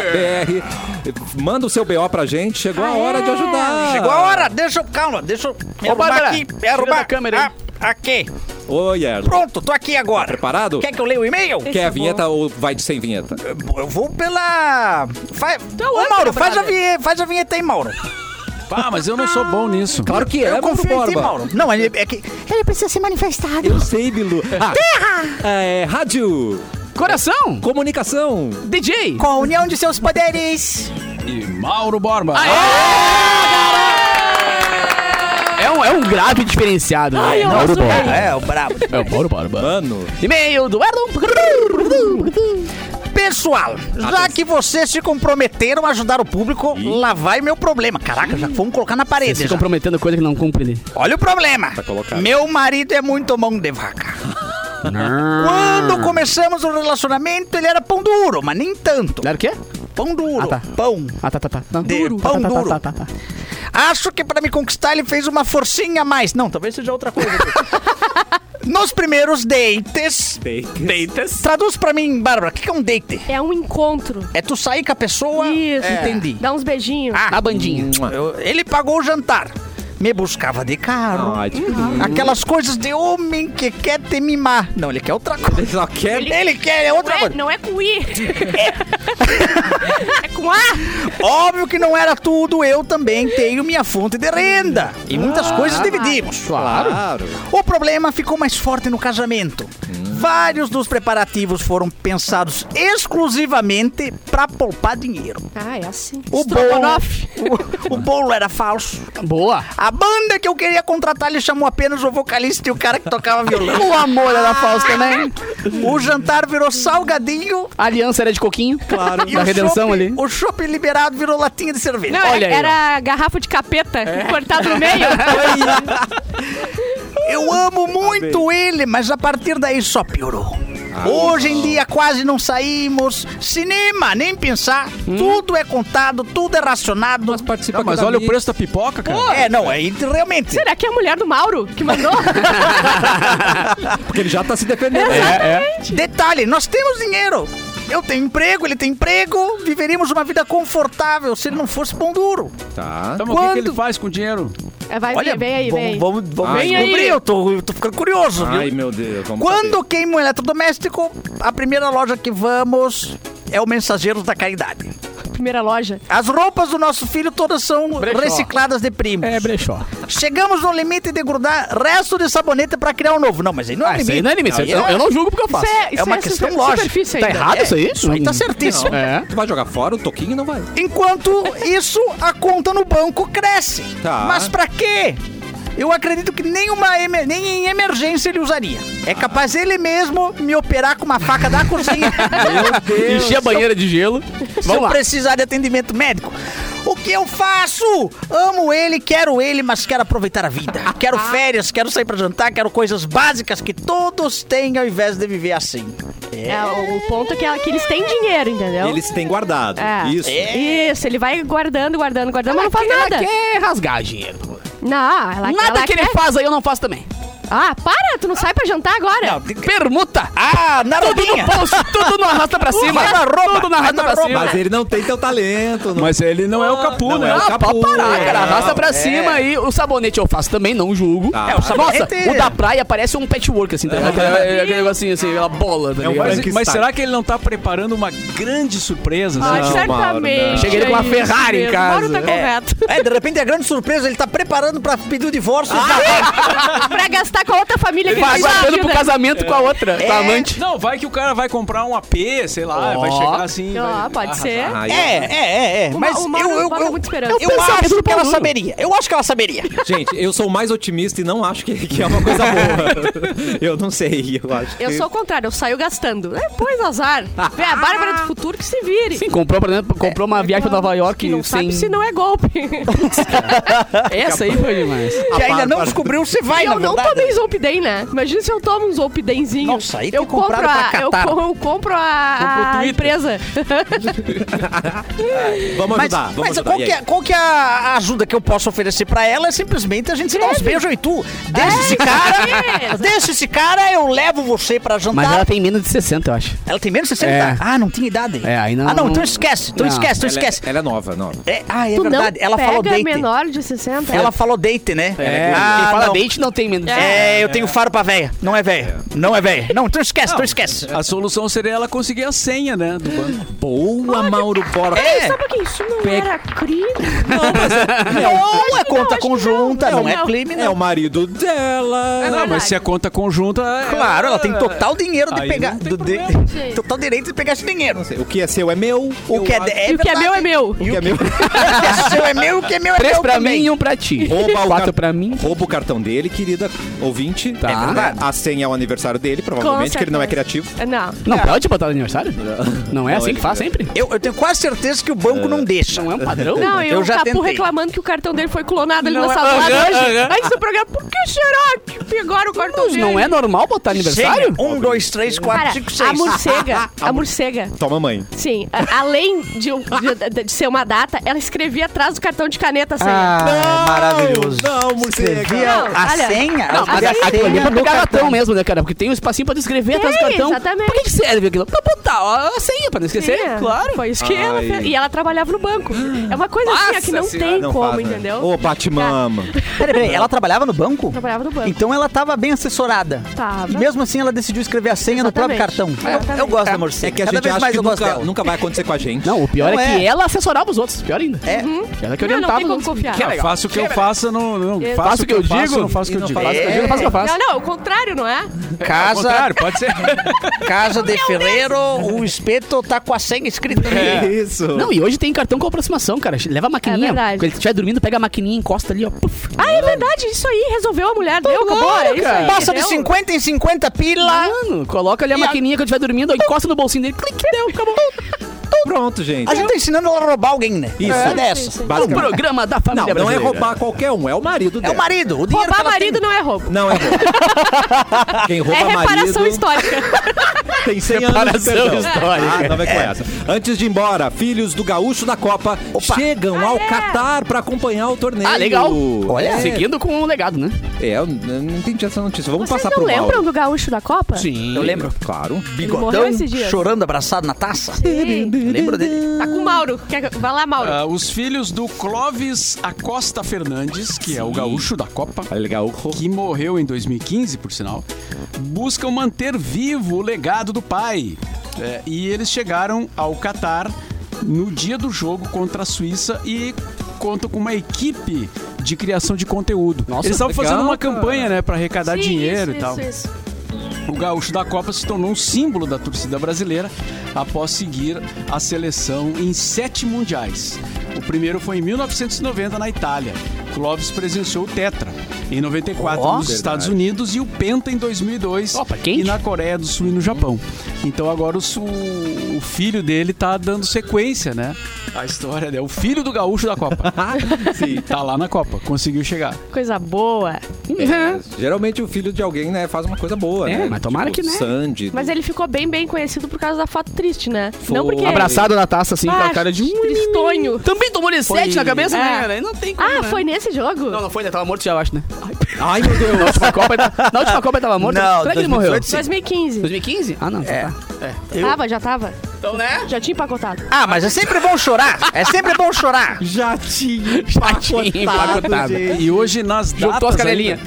mixfmpoa.com.br. Manda o seu BO pra gente. Chegou a hora de ajudar.
Ah, é? Chegou a hora, deixa eu. Calma, deixa eu. Me
Ô,
arrumar
Bárbara,
aqui. Me
tira
arrumar.
da câmera aí.
Ah, aqui.
Oi, Erlon.
Pronto, tô aqui agora.
Preparado?
Quer que eu leia o e-mail?
Quer a vinheta ou vai de sem vinheta?
Eu vou pela. Fa...
Então,
Ô,
anda,
Mauro, faz a,
brother.
vinheta, faz a vinheta aí, Mauro.
Ah, mas eu não sou bom nisso.
Claro que é,
eu confio em ti, Mauro. Não, ele é que.
Ele precisa ser manifestado.
Eu sei, Bilu. Ah, é, rádio,
Coração!
comunicação.
DJ!
Com a união de seus poderes.
E Mauro Borba. ah,
É um, é um grave diferenciado. né?
Ai, eu
Mauro
acho
Borba.
É, o brabo.
É o Mauro Borba.
Mano,
E-mail do Erlon.
Pessoal, já que vocês se comprometeram a ajudar o público, lá vai meu problema. Caraca, já vamos colocar na parede.
Se
já.
comprometendo coisa que não cumpre. né?
Olha o problema.
colocado.
Meu marido é muito mão de vaca. Quando começamos o relacionamento, ele era pão duro, mas nem tanto.
Era o quê?
Pão duro.
Ah, tá.
Pão.
Ah, tá, tá, tá. Não.
De
Duro.
pão
Tá, tá,
duro.
tá, tá, tá.
Acho que pra me conquistar ele fez uma forcinha a mais. Não, talvez seja outra coisa. Nos primeiros dates. Dates. Traduz pra mim, Bárbara, o que que é um date?
É um encontro.
É tu sair com a pessoa.
Isso.
É. Entendi.
Dá uns beijinhos.
Ah,
A bandinha.
eu- ele pagou o jantar. Me buscava de carro.
Ai, tipo,
Uhum. Aquelas coisas de homem que quer te mimar. Não, ele quer outra coisa.
só quer
Ele, quer é outra
não, é,
coisa.
não é com I. é com A.
Óbvio que não era tudo, eu também tenho minha fonte de renda.
tá.
E
Ah.
muitas coisas dividimos.
Claro.
O problema ficou mais forte no casamento. Vários dos preparativos foram pensados exclusivamente pra poupar dinheiro.
Ah, é assim.
O bolo,
Strogonoff.
o, o bolo era falso.
Boa.
A banda que eu queria contratar, ele chamou apenas o vocalista e o cara que tocava violão.
O amor era né? falso também.
O jantar virou salgadinho
A aliança era de coquinho. Claro.
e
Da
o
redenção
chopp-
ali.
O chopp liberado virou latinha de cerveja.
Não,
Olha
era,
aí, ó.
era garrafa de capeta
É.
cortada no meio.
Eu amo muito ele, mas a partir daí só piorou. Hoje em dia quase não saímos. Cinema, nem pensar.
Hum.
Tudo é contado, tudo é racionado.
Mas participa
Não, mas
com a
olha o
Mix.
preço da pipoca, cara.
É, não, é inter- realmente.
Será que é a mulher do Mauro que mandou?
Porque ele já tá se defendendo.
Detalhe, nós temos dinheiro. Eu tenho emprego, ele tem emprego. Viveríamos uma vida confortável se ele não fosse pão duro.
Tá.
Então, mas o que que,
Quando-
ele faz com o dinheiro?
É, vai, vem, vem aí,
vamos,
vem.
vamos, vamos
Ai,
descobrir.
aí.
Eu tô, eu tô ficando curioso, viu?
Ai, meu Deus. Vamos
Quando queima um eletrodoméstico, a primeira loja que vamos é o Mensageiros da Caridade.
Primeira loja.
As roupas do nosso filho todas são
Brechó.
recicladas de primos.
É,
brechó.
Chegamos no limite de grudar resto de sabonete pra criar um novo. Não, mas aí não é
Ah, isso
limite.
aí não é limite.
Aí
eu,
é-
eu não julgo porque eu faço.
Isso é, isso
uma
é
questão
super-
lógica.
Superfície
Tá
ainda.
errado isso aí?
Isso aí tá certíssimo.
É.
Tu vai jogar fora o toquinho e não vai.
Enquanto isso, a conta no banco cresce.
Tá.
Mas pra quê? Eu acredito que nenhuma emer- nem em emergência ele usaria. É capaz ele mesmo me operar com uma faca da cozinha.
Encher a banheira de gelo.
se eu
Vamos lá.
precisar de atendimento médico. O que eu faço? Amo ele, quero ele, mas quero aproveitar a vida. Quero férias, quero sair pra jantar, quero coisas básicas que todos têm ao invés de viver assim.
É, o o ponto é que, ela- que eles têm dinheiro, entendeu?
Eles têm guardado.
É.
Isso.
Isso, ele vai guardando, guardando, guardando, mas não faz
Ela
nada.
quer rasgar dinheiro.
Não, ela
Nada
ela
que ele
quer-
faz aí eu não faço também.
Ah, para, tu não sai pra jantar
É.
agora.
tem que-
Permuta!
Ah, na
Tudo no
rodinha.
post, tudo na arrasta pra cima.
Vai na roupa,
Tudo na arrasta
vai na
pra cima.
Mas ele não tem teu talento. Não...
Mas ele não é o capu,
Não
né?
é o
Ah, pode
capu.
parar, cara. Arrasta pra
é.
cima aí. O sabonete eu faço também, não julgo.
Tá. É, o
Nossa,
sabonete-
o da praia parece um patchwork, assim, tá ligado? É, é, Aquele negocinho assim, aquela bola, tá
É um
ligado?
mas, mas será que ele não tá preparando uma grande surpresa? né?
Ah,
Não,
certamente.
Mauro, não.
Cheguei com uma
é isso
Ferrari em
mesmo.
casa.
Mauro tá correto.
É, de repente a grande surpresa, ele tá preparando pra pedir o divórcio.
Ah,
pra gastar com a outra família que
Tá
ele tá
aguardando
envolvida.
pro casamento com a outra, com a amante.
Não, vai que o cara vai comprar um AP, sei lá, vai chegar assim.
Ó,
vai-
pode ser.
Ah,
É, é, é, é. Mas
o Mauro
eu, eu,
bota
eu,
muita esperança.
eu,
É o pensamento
acho
do
que ela
Paulo.
saberia. Eu acho que ela saberia.
Gente, eu sou mais otimista e não acho que, que é uma coisa boa. eu não sei, eu acho
Eu
que...
sou o contrário, eu saio gastando. É, pois azar. Vê, a Bárbara do futuro que se vire.
Sim, comprou, por exemplo, comprou uma viagem pra Nova York
que não
sem...
sabe se não é golpe.
Essa aí foi demais.
Que ainda não descobriu se vai,
eu
na
não
verdade.
também tem Zolpidem, né? Imagina se eu tomo um Zolpidenzinho.
Nossa, aí
eu
tem comprado
compro a,
pra
eu,
Catar. É
com- eu compro a, a empresa.
Vamos
Mas,
ajudar, vamos
mas
ajudar.
qual,
E
que é,
aí?
qual que é a ajuda que eu posso oferecer pra ela? É simplesmente a gente se dar uns beijos e tu.
é
Deixa esse cara,
isso.
deixa esse cara, eu levo você pra jantar.
Mas ela tem menos de 60, eu acho.
Ela tem menos de 60?
É.
Ah, não tinha idade.
É, ainda
Ah, não,
não-
então esquece, então
Não.
esquece, então
Ela é-
esquece.
Ela é nova, nova.
É, ah, é
tu
verdade.
não
Ela
pega
falou date.
menor de 60?
Ela falou date, né?
Ah,
É, quem fala date não tem menos de 60.
É, eu tenho faro pra véia. Não é véia. Não é véia. Não, então esquece, então esquece.
A solução seria ela conseguir a senha, né? Do banco.
Boa, Mauro Borba.
É.
Sabe que isso não era crime?
Não é
que não,
conta
acho que
conjunta,
não.
não, é
Não.
crime,
É
não.
o marido
É
dela.
não, mas se a conta conjunta. é
Claro, ela tem total dinheiro de
Aí
pegar.
não tem
do de-
problema,
total direito de pegar esse dinheiro.
O que é seu é meu.
O que é, de-
E o que é
verdade.
meu é meu.
O que é meu.
O que é seu é meu, o que é meu é
Três
meu
pra
também.
mim e um pra ti.
Rouba o
Quatro
car-
pra mim.
Rouba o cartão dele, querida ouvinte.
Tá. É verdade.
A senha é o aniversário dele, provavelmente, que ele não é criativo.
Não.
Não,
É.
pode botar no aniversário? Não é assim que faz sempre?
Eu, eu tenho quase certeza que o banco não deixa.
Não é um padrão?
Não, e
Eu
o
já
Capu
tentei.
reclamando que o cartão dele foi clonado ali na sala do lado hoje. Aí no programa, por que será que pegaram o cartão
Mas
dele?
não é normal botar aniversário?
Chega. Um, dois, três, quatro,
Cara,
cinco,
a
seis.
morcega, a morcega,
Toma, mãe.
sim, a- além de, um- de- de ser uma data, ela escrevia atrás do cartão de caneta assim.
Ah, maravilhoso.
Não, morcega.
Escrevia
Não,
a
olha.
senha.
Não, mas
a
aquilo ali é
senha
pra
do
pegar cartão
cartão.
mesmo, né, cara? Porque tem um espacinho pra tu escrever atrás do
Tem,
cartão.
exatamente.
Por que, que serve aquilo? Pra botar a senha, pra não esquecer,
Sim,
É, claro.
É, Foi isso que ela
Ai.
fez. E ela trabalhava no banco. É uma coisa assim, ó, que não tem
Não
como,
faz, né?
entendeu?
Ô, Batmama.
Peraí, peraí, ela trabalhava no banco?
Trabalhava no banco.
Então ela tava bem assessorada.
Tava.
E mesmo assim ela decidiu escrever a senha
Exatamente.
no próprio cartão. Eu- Eu,
Exatamente.
gosto da morcega.
É que a
Cada
gente
vez
acha
mais
que
eu gosto
nunca,
dela.
nunca vai acontecer com a gente.
Não, o pior
Não
é, que
é.
ela assessorava os outros. Pior ainda.
É.
Ela que
Uhum. Não, não
orientava
tem como
os outros.
confiar.
Que legal.
Ah, Faço o que eu faço, não. não É faço o que eu digo. não faço o que eu digo. É.
Faz o que eu digo, não faz o que eu faço.
Não, não, o contrário, não é?
Ao
Casa,
contrário, pode ser.
casa de ferreiro, o espeto tá com a senha escrita
É
nele.
Isso.
Não, e hoje tem cartão com aproximação, cara. Leva a maquininha.
É verdade.
Quando ele estiver dormindo, pega a maquininha, encosta ali, ó. Puf.
Ah, é verdade, isso aí resolveu a mulher, deu, acabou, é isso aí.
Passa de
deu.
50 em 50 pila.
Ah, Mano, coloca ali a
E a-
maquininha quando estiver dormindo, ó, encosta no bolsinho dele, clique, deu, acabou.
Pronto, gente.
A gente tá ensinando ela a roubar alguém, né?
Isso.
É dessa.
O
Basicamente.
programa da
Não,
família
não é
brasileira.
roubar qualquer um, é o marido
É
dela.
o marido. O dinheiro que
Roubar
ela
marido
tem.
não é roubo.
Não é roubo. Quem rouba
é reparação
marido
histórica.
tem 100 anos de
Reparação
perdão.
histórica.
Ah, não vai com essa. Antes de ir embora, filhos do gaúcho da Copa chegam ao Catar para acompanhar o torneio.
Ah, legal.
Olha, é,
Seguindo com o legado, né?
é, eu não entendi essa notícia. Vamos
Vocês
passar
não
pro
lembram
Mauro.
do gaúcho da Copa?
Sim.
Eu lembro. Claro.
Ele morreu esses dias.
chorando abraçado na taça.
Ei,
Lembra dele?
Tá com o Mauro. Quer- Vai lá, Mauro.
Ah, os filhos do Clóvis Acosta Fernandes, que é o gaúcho da Copa,
Olha, legal.
que morreu em 2015, por sinal, buscam manter vivo o legado do pai. É, e eles chegaram ao Catar no dia do jogo contra a Suíça e contam com uma equipe de criação de conteúdo.
Nossa,
eles estavam
legal,
fazendo uma
cara.
campanha, né, para arrecadar
Sim,
dinheiro
isso,
e tal.
Isso, isso.
O gaúcho da Copa se tornou um símbolo da torcida brasileira após seguir a seleção em sete mundiais. O primeiro foi em 1990 na Itália. Clóvis presenciou o Tetra em 94
Ó,
nos
verdade.
Estados Unidos e o Penta em 2002
Opa, quente.
e na Coreia do Sul e no Japão. Então agora o, su- o filho dele tá dando sequência, né? A história dele. O filho do gaúcho da Copa.
Sim.
tá lá na Copa, conseguiu chegar.
Coisa boa.
É. Geralmente o filho de alguém, né, faz uma coisa boa,
É,
né?
mas tomara que, né?
Sandy.
Mas é- ele ficou bem, bem conhecido por causa da foto triste, né? Não porque...
Abraçado na taça, assim, com
Ah,
a cara de...
Tristonho.
Também tomou ele sete na cabeça,
É.
né, cara? Aí Não tem como,
Ah,
né?
foi nesse jogo?
Não, não foi, né? Tava morto já, eu acho, né?
Ai, meu
Na
Deus.
última Copa, ele tava- na última Copa ele tava morto?
Não,
Será que ele morreu?
2018 sim.
2015.
2015? Ah, não. É. Tá.
Tava, já tava.
Então, né?
Já tinha empacotado.
Ah, mas é sempre bom chorar. É sempre bom chorar.
Já tinha
Chatinho, empacotado.
E hoje nas datas...
Juntou as
ainda-
canelinhas.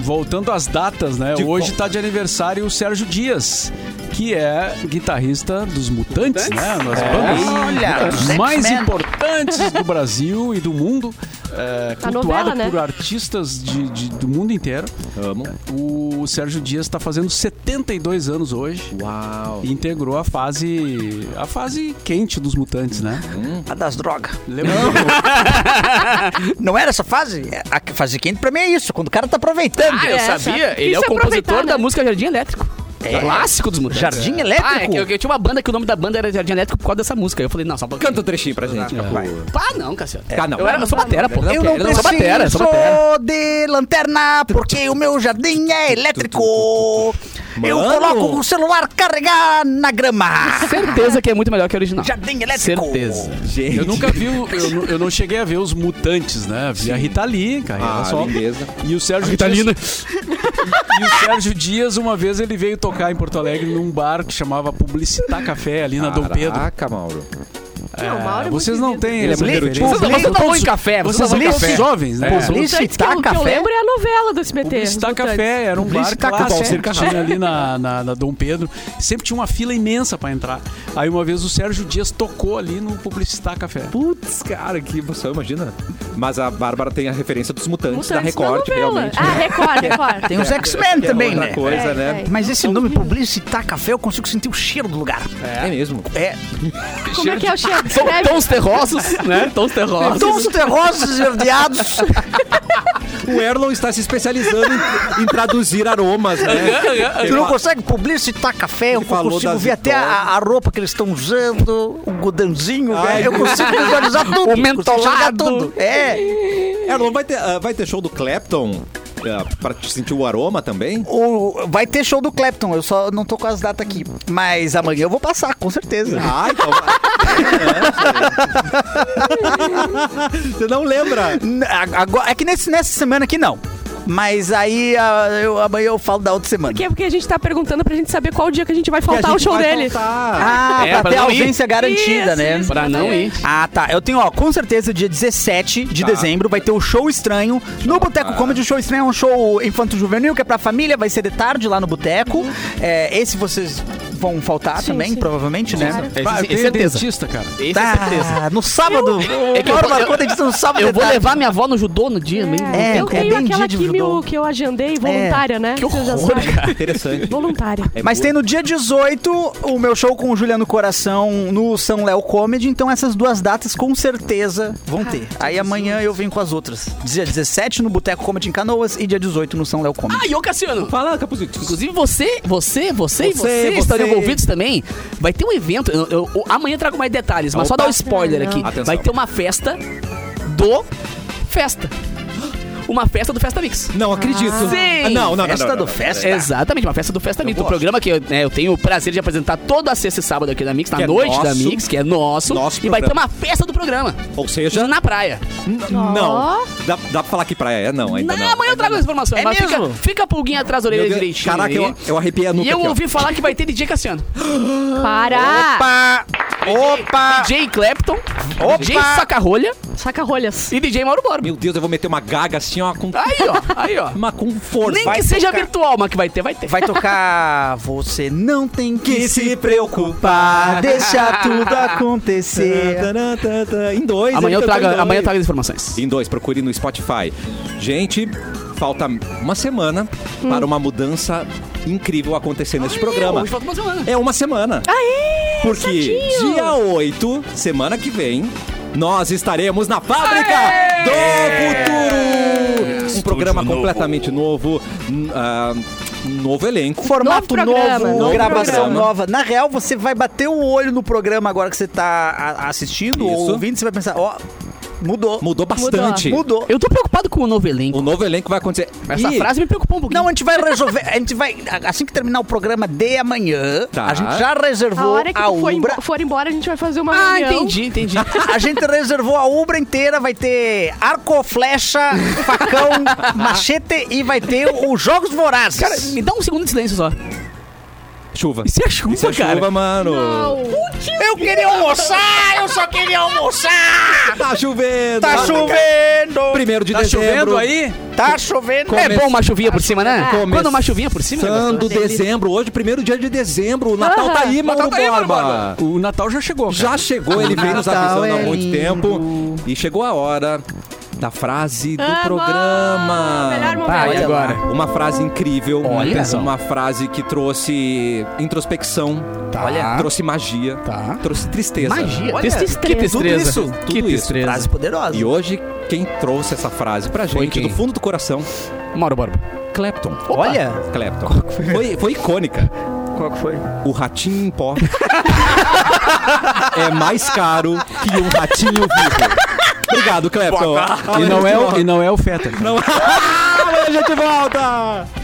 Voltando às datas, né?
De
Hoje
qual?
tá de aniversário o Sérgio Dias, que é guitarrista dos Mutantes, né? Nas
É.
bandas
Olha, Sex
mais
Man.
importantes do Brasil e do mundo, é,
A
cultuado
novela, né?
por artistas de- de- do mundo inteiro.
Amo.
O Sérgio Dias está fazendo 72 anos hoje.
Uau.
e Integrou a fase. a fase quente dos mutantes, né?
A das drogas.
Lembrando.
Não era essa fase? A fase quente pra mim é isso, quando o cara tá aproveitando.
Ah, eu
essa.
sabia. Ele é
Isso
o
é aproveitar,
compositor
né?
da música Jardim Elétrico. Clássico dos mutantes.
Jardim
É.
Elétrico?
Ah, é que eu, eu tinha uma banda que o nome da banda era Jardim Elétrico por causa dessa música. Eu falei, não, só pra...
Canta um trechinho pra gente.
Pá, não, Cassiano.
Pá, não.
Eu, era, eu sou batera, pô.
Eu não
sou
preciso
batera, eu sou batera.
de lanterna, porque o meu jardim é elétrico. Eu
Mano.
coloco o celular carregar na grama.
Certeza que é muito melhor que o original.
Jardim elétrico.
Certeza.
Gente.
Eu nunca vi, o- eu, nu- eu não cheguei a ver os mutantes, né? Vi a Rita Lee, cara.
Ah,
era só.
lindeza.
E o Sérgio Dias. E o Sérgio Dias, uma vez, ele veio tocar em Porto Alegre num bar que chamava Publicitar Café, ali na Dom Pedro.
Caraca, Mauro.
Não, o Mauro é
Vocês
muito
não têm
Ele é
essa
muito
referência.
erudito.
Você tá
um
bom em café, você
Vocês
tá bom em
são
café.
jovens, né?
Antes que,
Publicitar
eu- que eu
café?
lembro é a novela do SBT.
Publicitar
os mutantes.
Café era um bar
Publicitar com o Valcir
clássico que
Carrasco.
tinha ali na, na, na Dom Pedro. Sempre tinha uma fila imensa pra entrar. Aí uma vez o Sérgio Dias tocou ali no Publicitar Café.
Putz, cara, que emoção, imagina. Mas a Bárbara tem a referência dos mutantes, da
Mutantes
Record,
novela.
realmente. né?
Ah, Record, Record.
Tem os X-Men
Que é
também,
outra
né?
coisa,
É,
né?
é.
Mas esse nome, publicitar café, eu consigo sentir o cheiro do lugar.
É, mesmo.
É.
Como é que é o cheiro?
São
Descreve.
tons terrosos, né? Tons terrosos.
Tons terrosos esverdeados.
O Erlon está se especializando em, em traduzir aromas,
É,
né?
Tu não consegue publicitar café, eu
falou
consigo
das
ver até
idosas.
a, a roupa que eles estão usando, o godãozinho,
Ai,
velho. eu consigo visualizar tudo.
O
consigo enxergar
mentolado.
tudo. É,
Erlon, vai ter, ah, vai ter show do Clapton ah, pra te sentir o aroma também?
o, vai ter show do Clapton, eu só não tô com as datas aqui. Mas amanhã eu vou passar, com certeza.
Ah, então. É, Você não lembra?
N- a- Agora, é que nesse, nessa semana aqui não. Mas aí a- eu- amanhã eu falo da outra semana.
Que é porque a gente tá perguntando pra gente saber qual dia que a gente vai
Que a
faltar o
gente
show
vai
dele.
faltar.
Ah,
É,
pra,
pra
ter
não ir.
ausência garantida,
Isso,
né?
isso.
Pra não ir.
Ah, tá. Eu tenho, ó, com certeza, dia 17 de
Tá.
dezembro vai ter o Show Estranho no Boteco Comedy. O Show Estranho é um show infanto-juvenil que é pra família, vai ser de tarde lá no Boteco. É, esse vocês vão faltar
Sim,
também,
sim.
provavelmente, né?
É.
Esse-
Ah, eu
esse-
tenho
certeza.
dentista, cara.
Esse é certeza.
Ah, no sábado.
é que eu
Mauro
vou-
marcou a dentista no sábado
Eu
de
vou
tarde.
levar minha avó no judô no dia mesmo.
É,
eu
é
tenho
bem dia
aquela
de
químio
judô.
que eu agendei, voluntária, né?
Que
Vocês já
horror,
sabem.
Interessante.
Voluntária.
É
Mas
muito-
tem no dia 18 o meu show com o Juliano Coração no São Léo Comedy, então essas duas datas com certeza vão ter.
Ah,
Aí amanhã eu venho com as outras. Dia 17 no Boteco Comedy em Canoas e dia 18 no São Léo Comedy.
Ah, e ô Cassiano.
Fala, Capuzito.
Inclusive você, você, você e você,
Você, você.
estão envolvidos também. Vai ter um evento. Eu, eu- eu- amanhã eu trago mais detalhes, mas só
Opa.
dar um spoiler
Ah, não.
aqui.
Atenção.
Vai ter uma festa do festa. Uma festa do Festa Mix.
Não acredito.
Sim.
Ah, Não, não, não.
Festa
não, não,
do
não.
Festa?
Exatamente, uma festa do Festa Mix. Um programa que eu, né, eu tenho o prazer de apresentar toda a sexta e sábado aqui da Mix, na
Que é
noite da
nosso.
Mix, que é nosso.
Nosso
e vai ter
programa.
uma festa do programa.
Ou seja,
Na praia.
n- não. Dá, dá pra falar que praia é? Não, ainda
Não,
não.
amanhã eu trago as informações.
É
mas fica,
mesmo?
fica a pulguinha atrás da
Meu
orelha
Deus,
direitinho.
Caraca,
aí.
eu, eu arrepiei a nuca
E eu
aqui, ó.
ouvi falar que vai ter DJ Cassiano.
Para!
Opa! Opa!
DJ Clapton,
Opa!
DJ Sacarrolha
Saca rolhas.
e DJ Mauro Borba.
Meu Deus, eu vou meter uma gaga assim, ó, com,
Aí, ó, aí, ó.
uma, com força.
Ah. Nem que seja virtual, mas que vai ter, vai ter.
Vai tocar Ah, Você Não Tem Que Se
preocupar.
Deixa Tudo Acontecer.
Em dois.
Amanhã eu
ele tocou
trago,
em dois.
amanhã eu trago as informações.
Em dois, procure no Spotify. Gente, falta uma semana para uma mudança incrível acontecer neste programa.
Hoje falta uma semana.
É uma semana.
Aê!
Porque
certinho.
dia 8, semana que vem, nós estaremos na Fábrica do Futuro. Um programa
novo.
completamente novo. n- ah, novo elenco.
Formato
Novo
novo,
programa, novo
gravação
programa.
nova. Na real, você vai bater o olho no programa agora que você tá a- assistindo ou
Isso.
ouvindo, você vai pensar, ó, mudou.
Mudou bastante.
Mudou.
Eu tô preocupado com o novo elenco.
O novo elenco vai acontecer.
Essa
E-
frase me preocupou um pouquinho.
Não, é a gente vai resolver. A gente vai. Assim que terminar o programa de amanhã,
Tá.
a gente já
A
reservou
hora que
a,
tu for,
Umbra.
embo- for embora, a gente vai fazer uma
ah,
reunião.
entendi, entendi.
A gente reservou a Umbra inteira, vai ter arco, flecha, facão, machete e vai ter os Jogos Vorazes.
Cara, me dá um segundo de silêncio só.
Chuva.
Isso é chuva,
Isso é
cara.
chuva, mano.
eu queria almoçar, eu só queria almoçar!
Tá chovendo.
Tá chovendo!
Primeiro de
Tá
dezembro.
chovendo aí?
Tá chovendo!
É bom uma chuvinha por cima, né?
Começando-
Quando uma chuvinha por cima, é gostoso.
Sando dezembro, hoje, primeiro dia de dezembro. O Natal tá aí, Mauro
tá aí, Mauro
Borba.
O Natal já chegou, cara.
Já chegou, ele vem nos
Natal
avisando há
é
muito
lindo.
tempo. E chegou a hora da frase do
Amo!
programa.
Ah, Melhor momento.
Vai,
Olha
agora.
Uma frase incrível,
Olha.
Atenção. uma frase que trouxe introspecção,
Olha.
trouxe magia,
Tá.
trouxe tristeza.
Magia.
Olha,
Tristeza.
tudo
que tristeza.
isso, tudo
que
isso.
tristeza.
Frase poderosa.
E hoje, quem trouxe essa frase pra
Foi
gente
quem?
do fundo do coração
Mauro Borba.
Clapton.
Olha.
Clapton. Foi, foi icônica.
Qual que foi?
O ratinho em pó é mais caro que um ratinho vivo. Obrigado, Clapton.
Ah, E não é o, e não é o Feta.
Não... Amanhã a gente volta!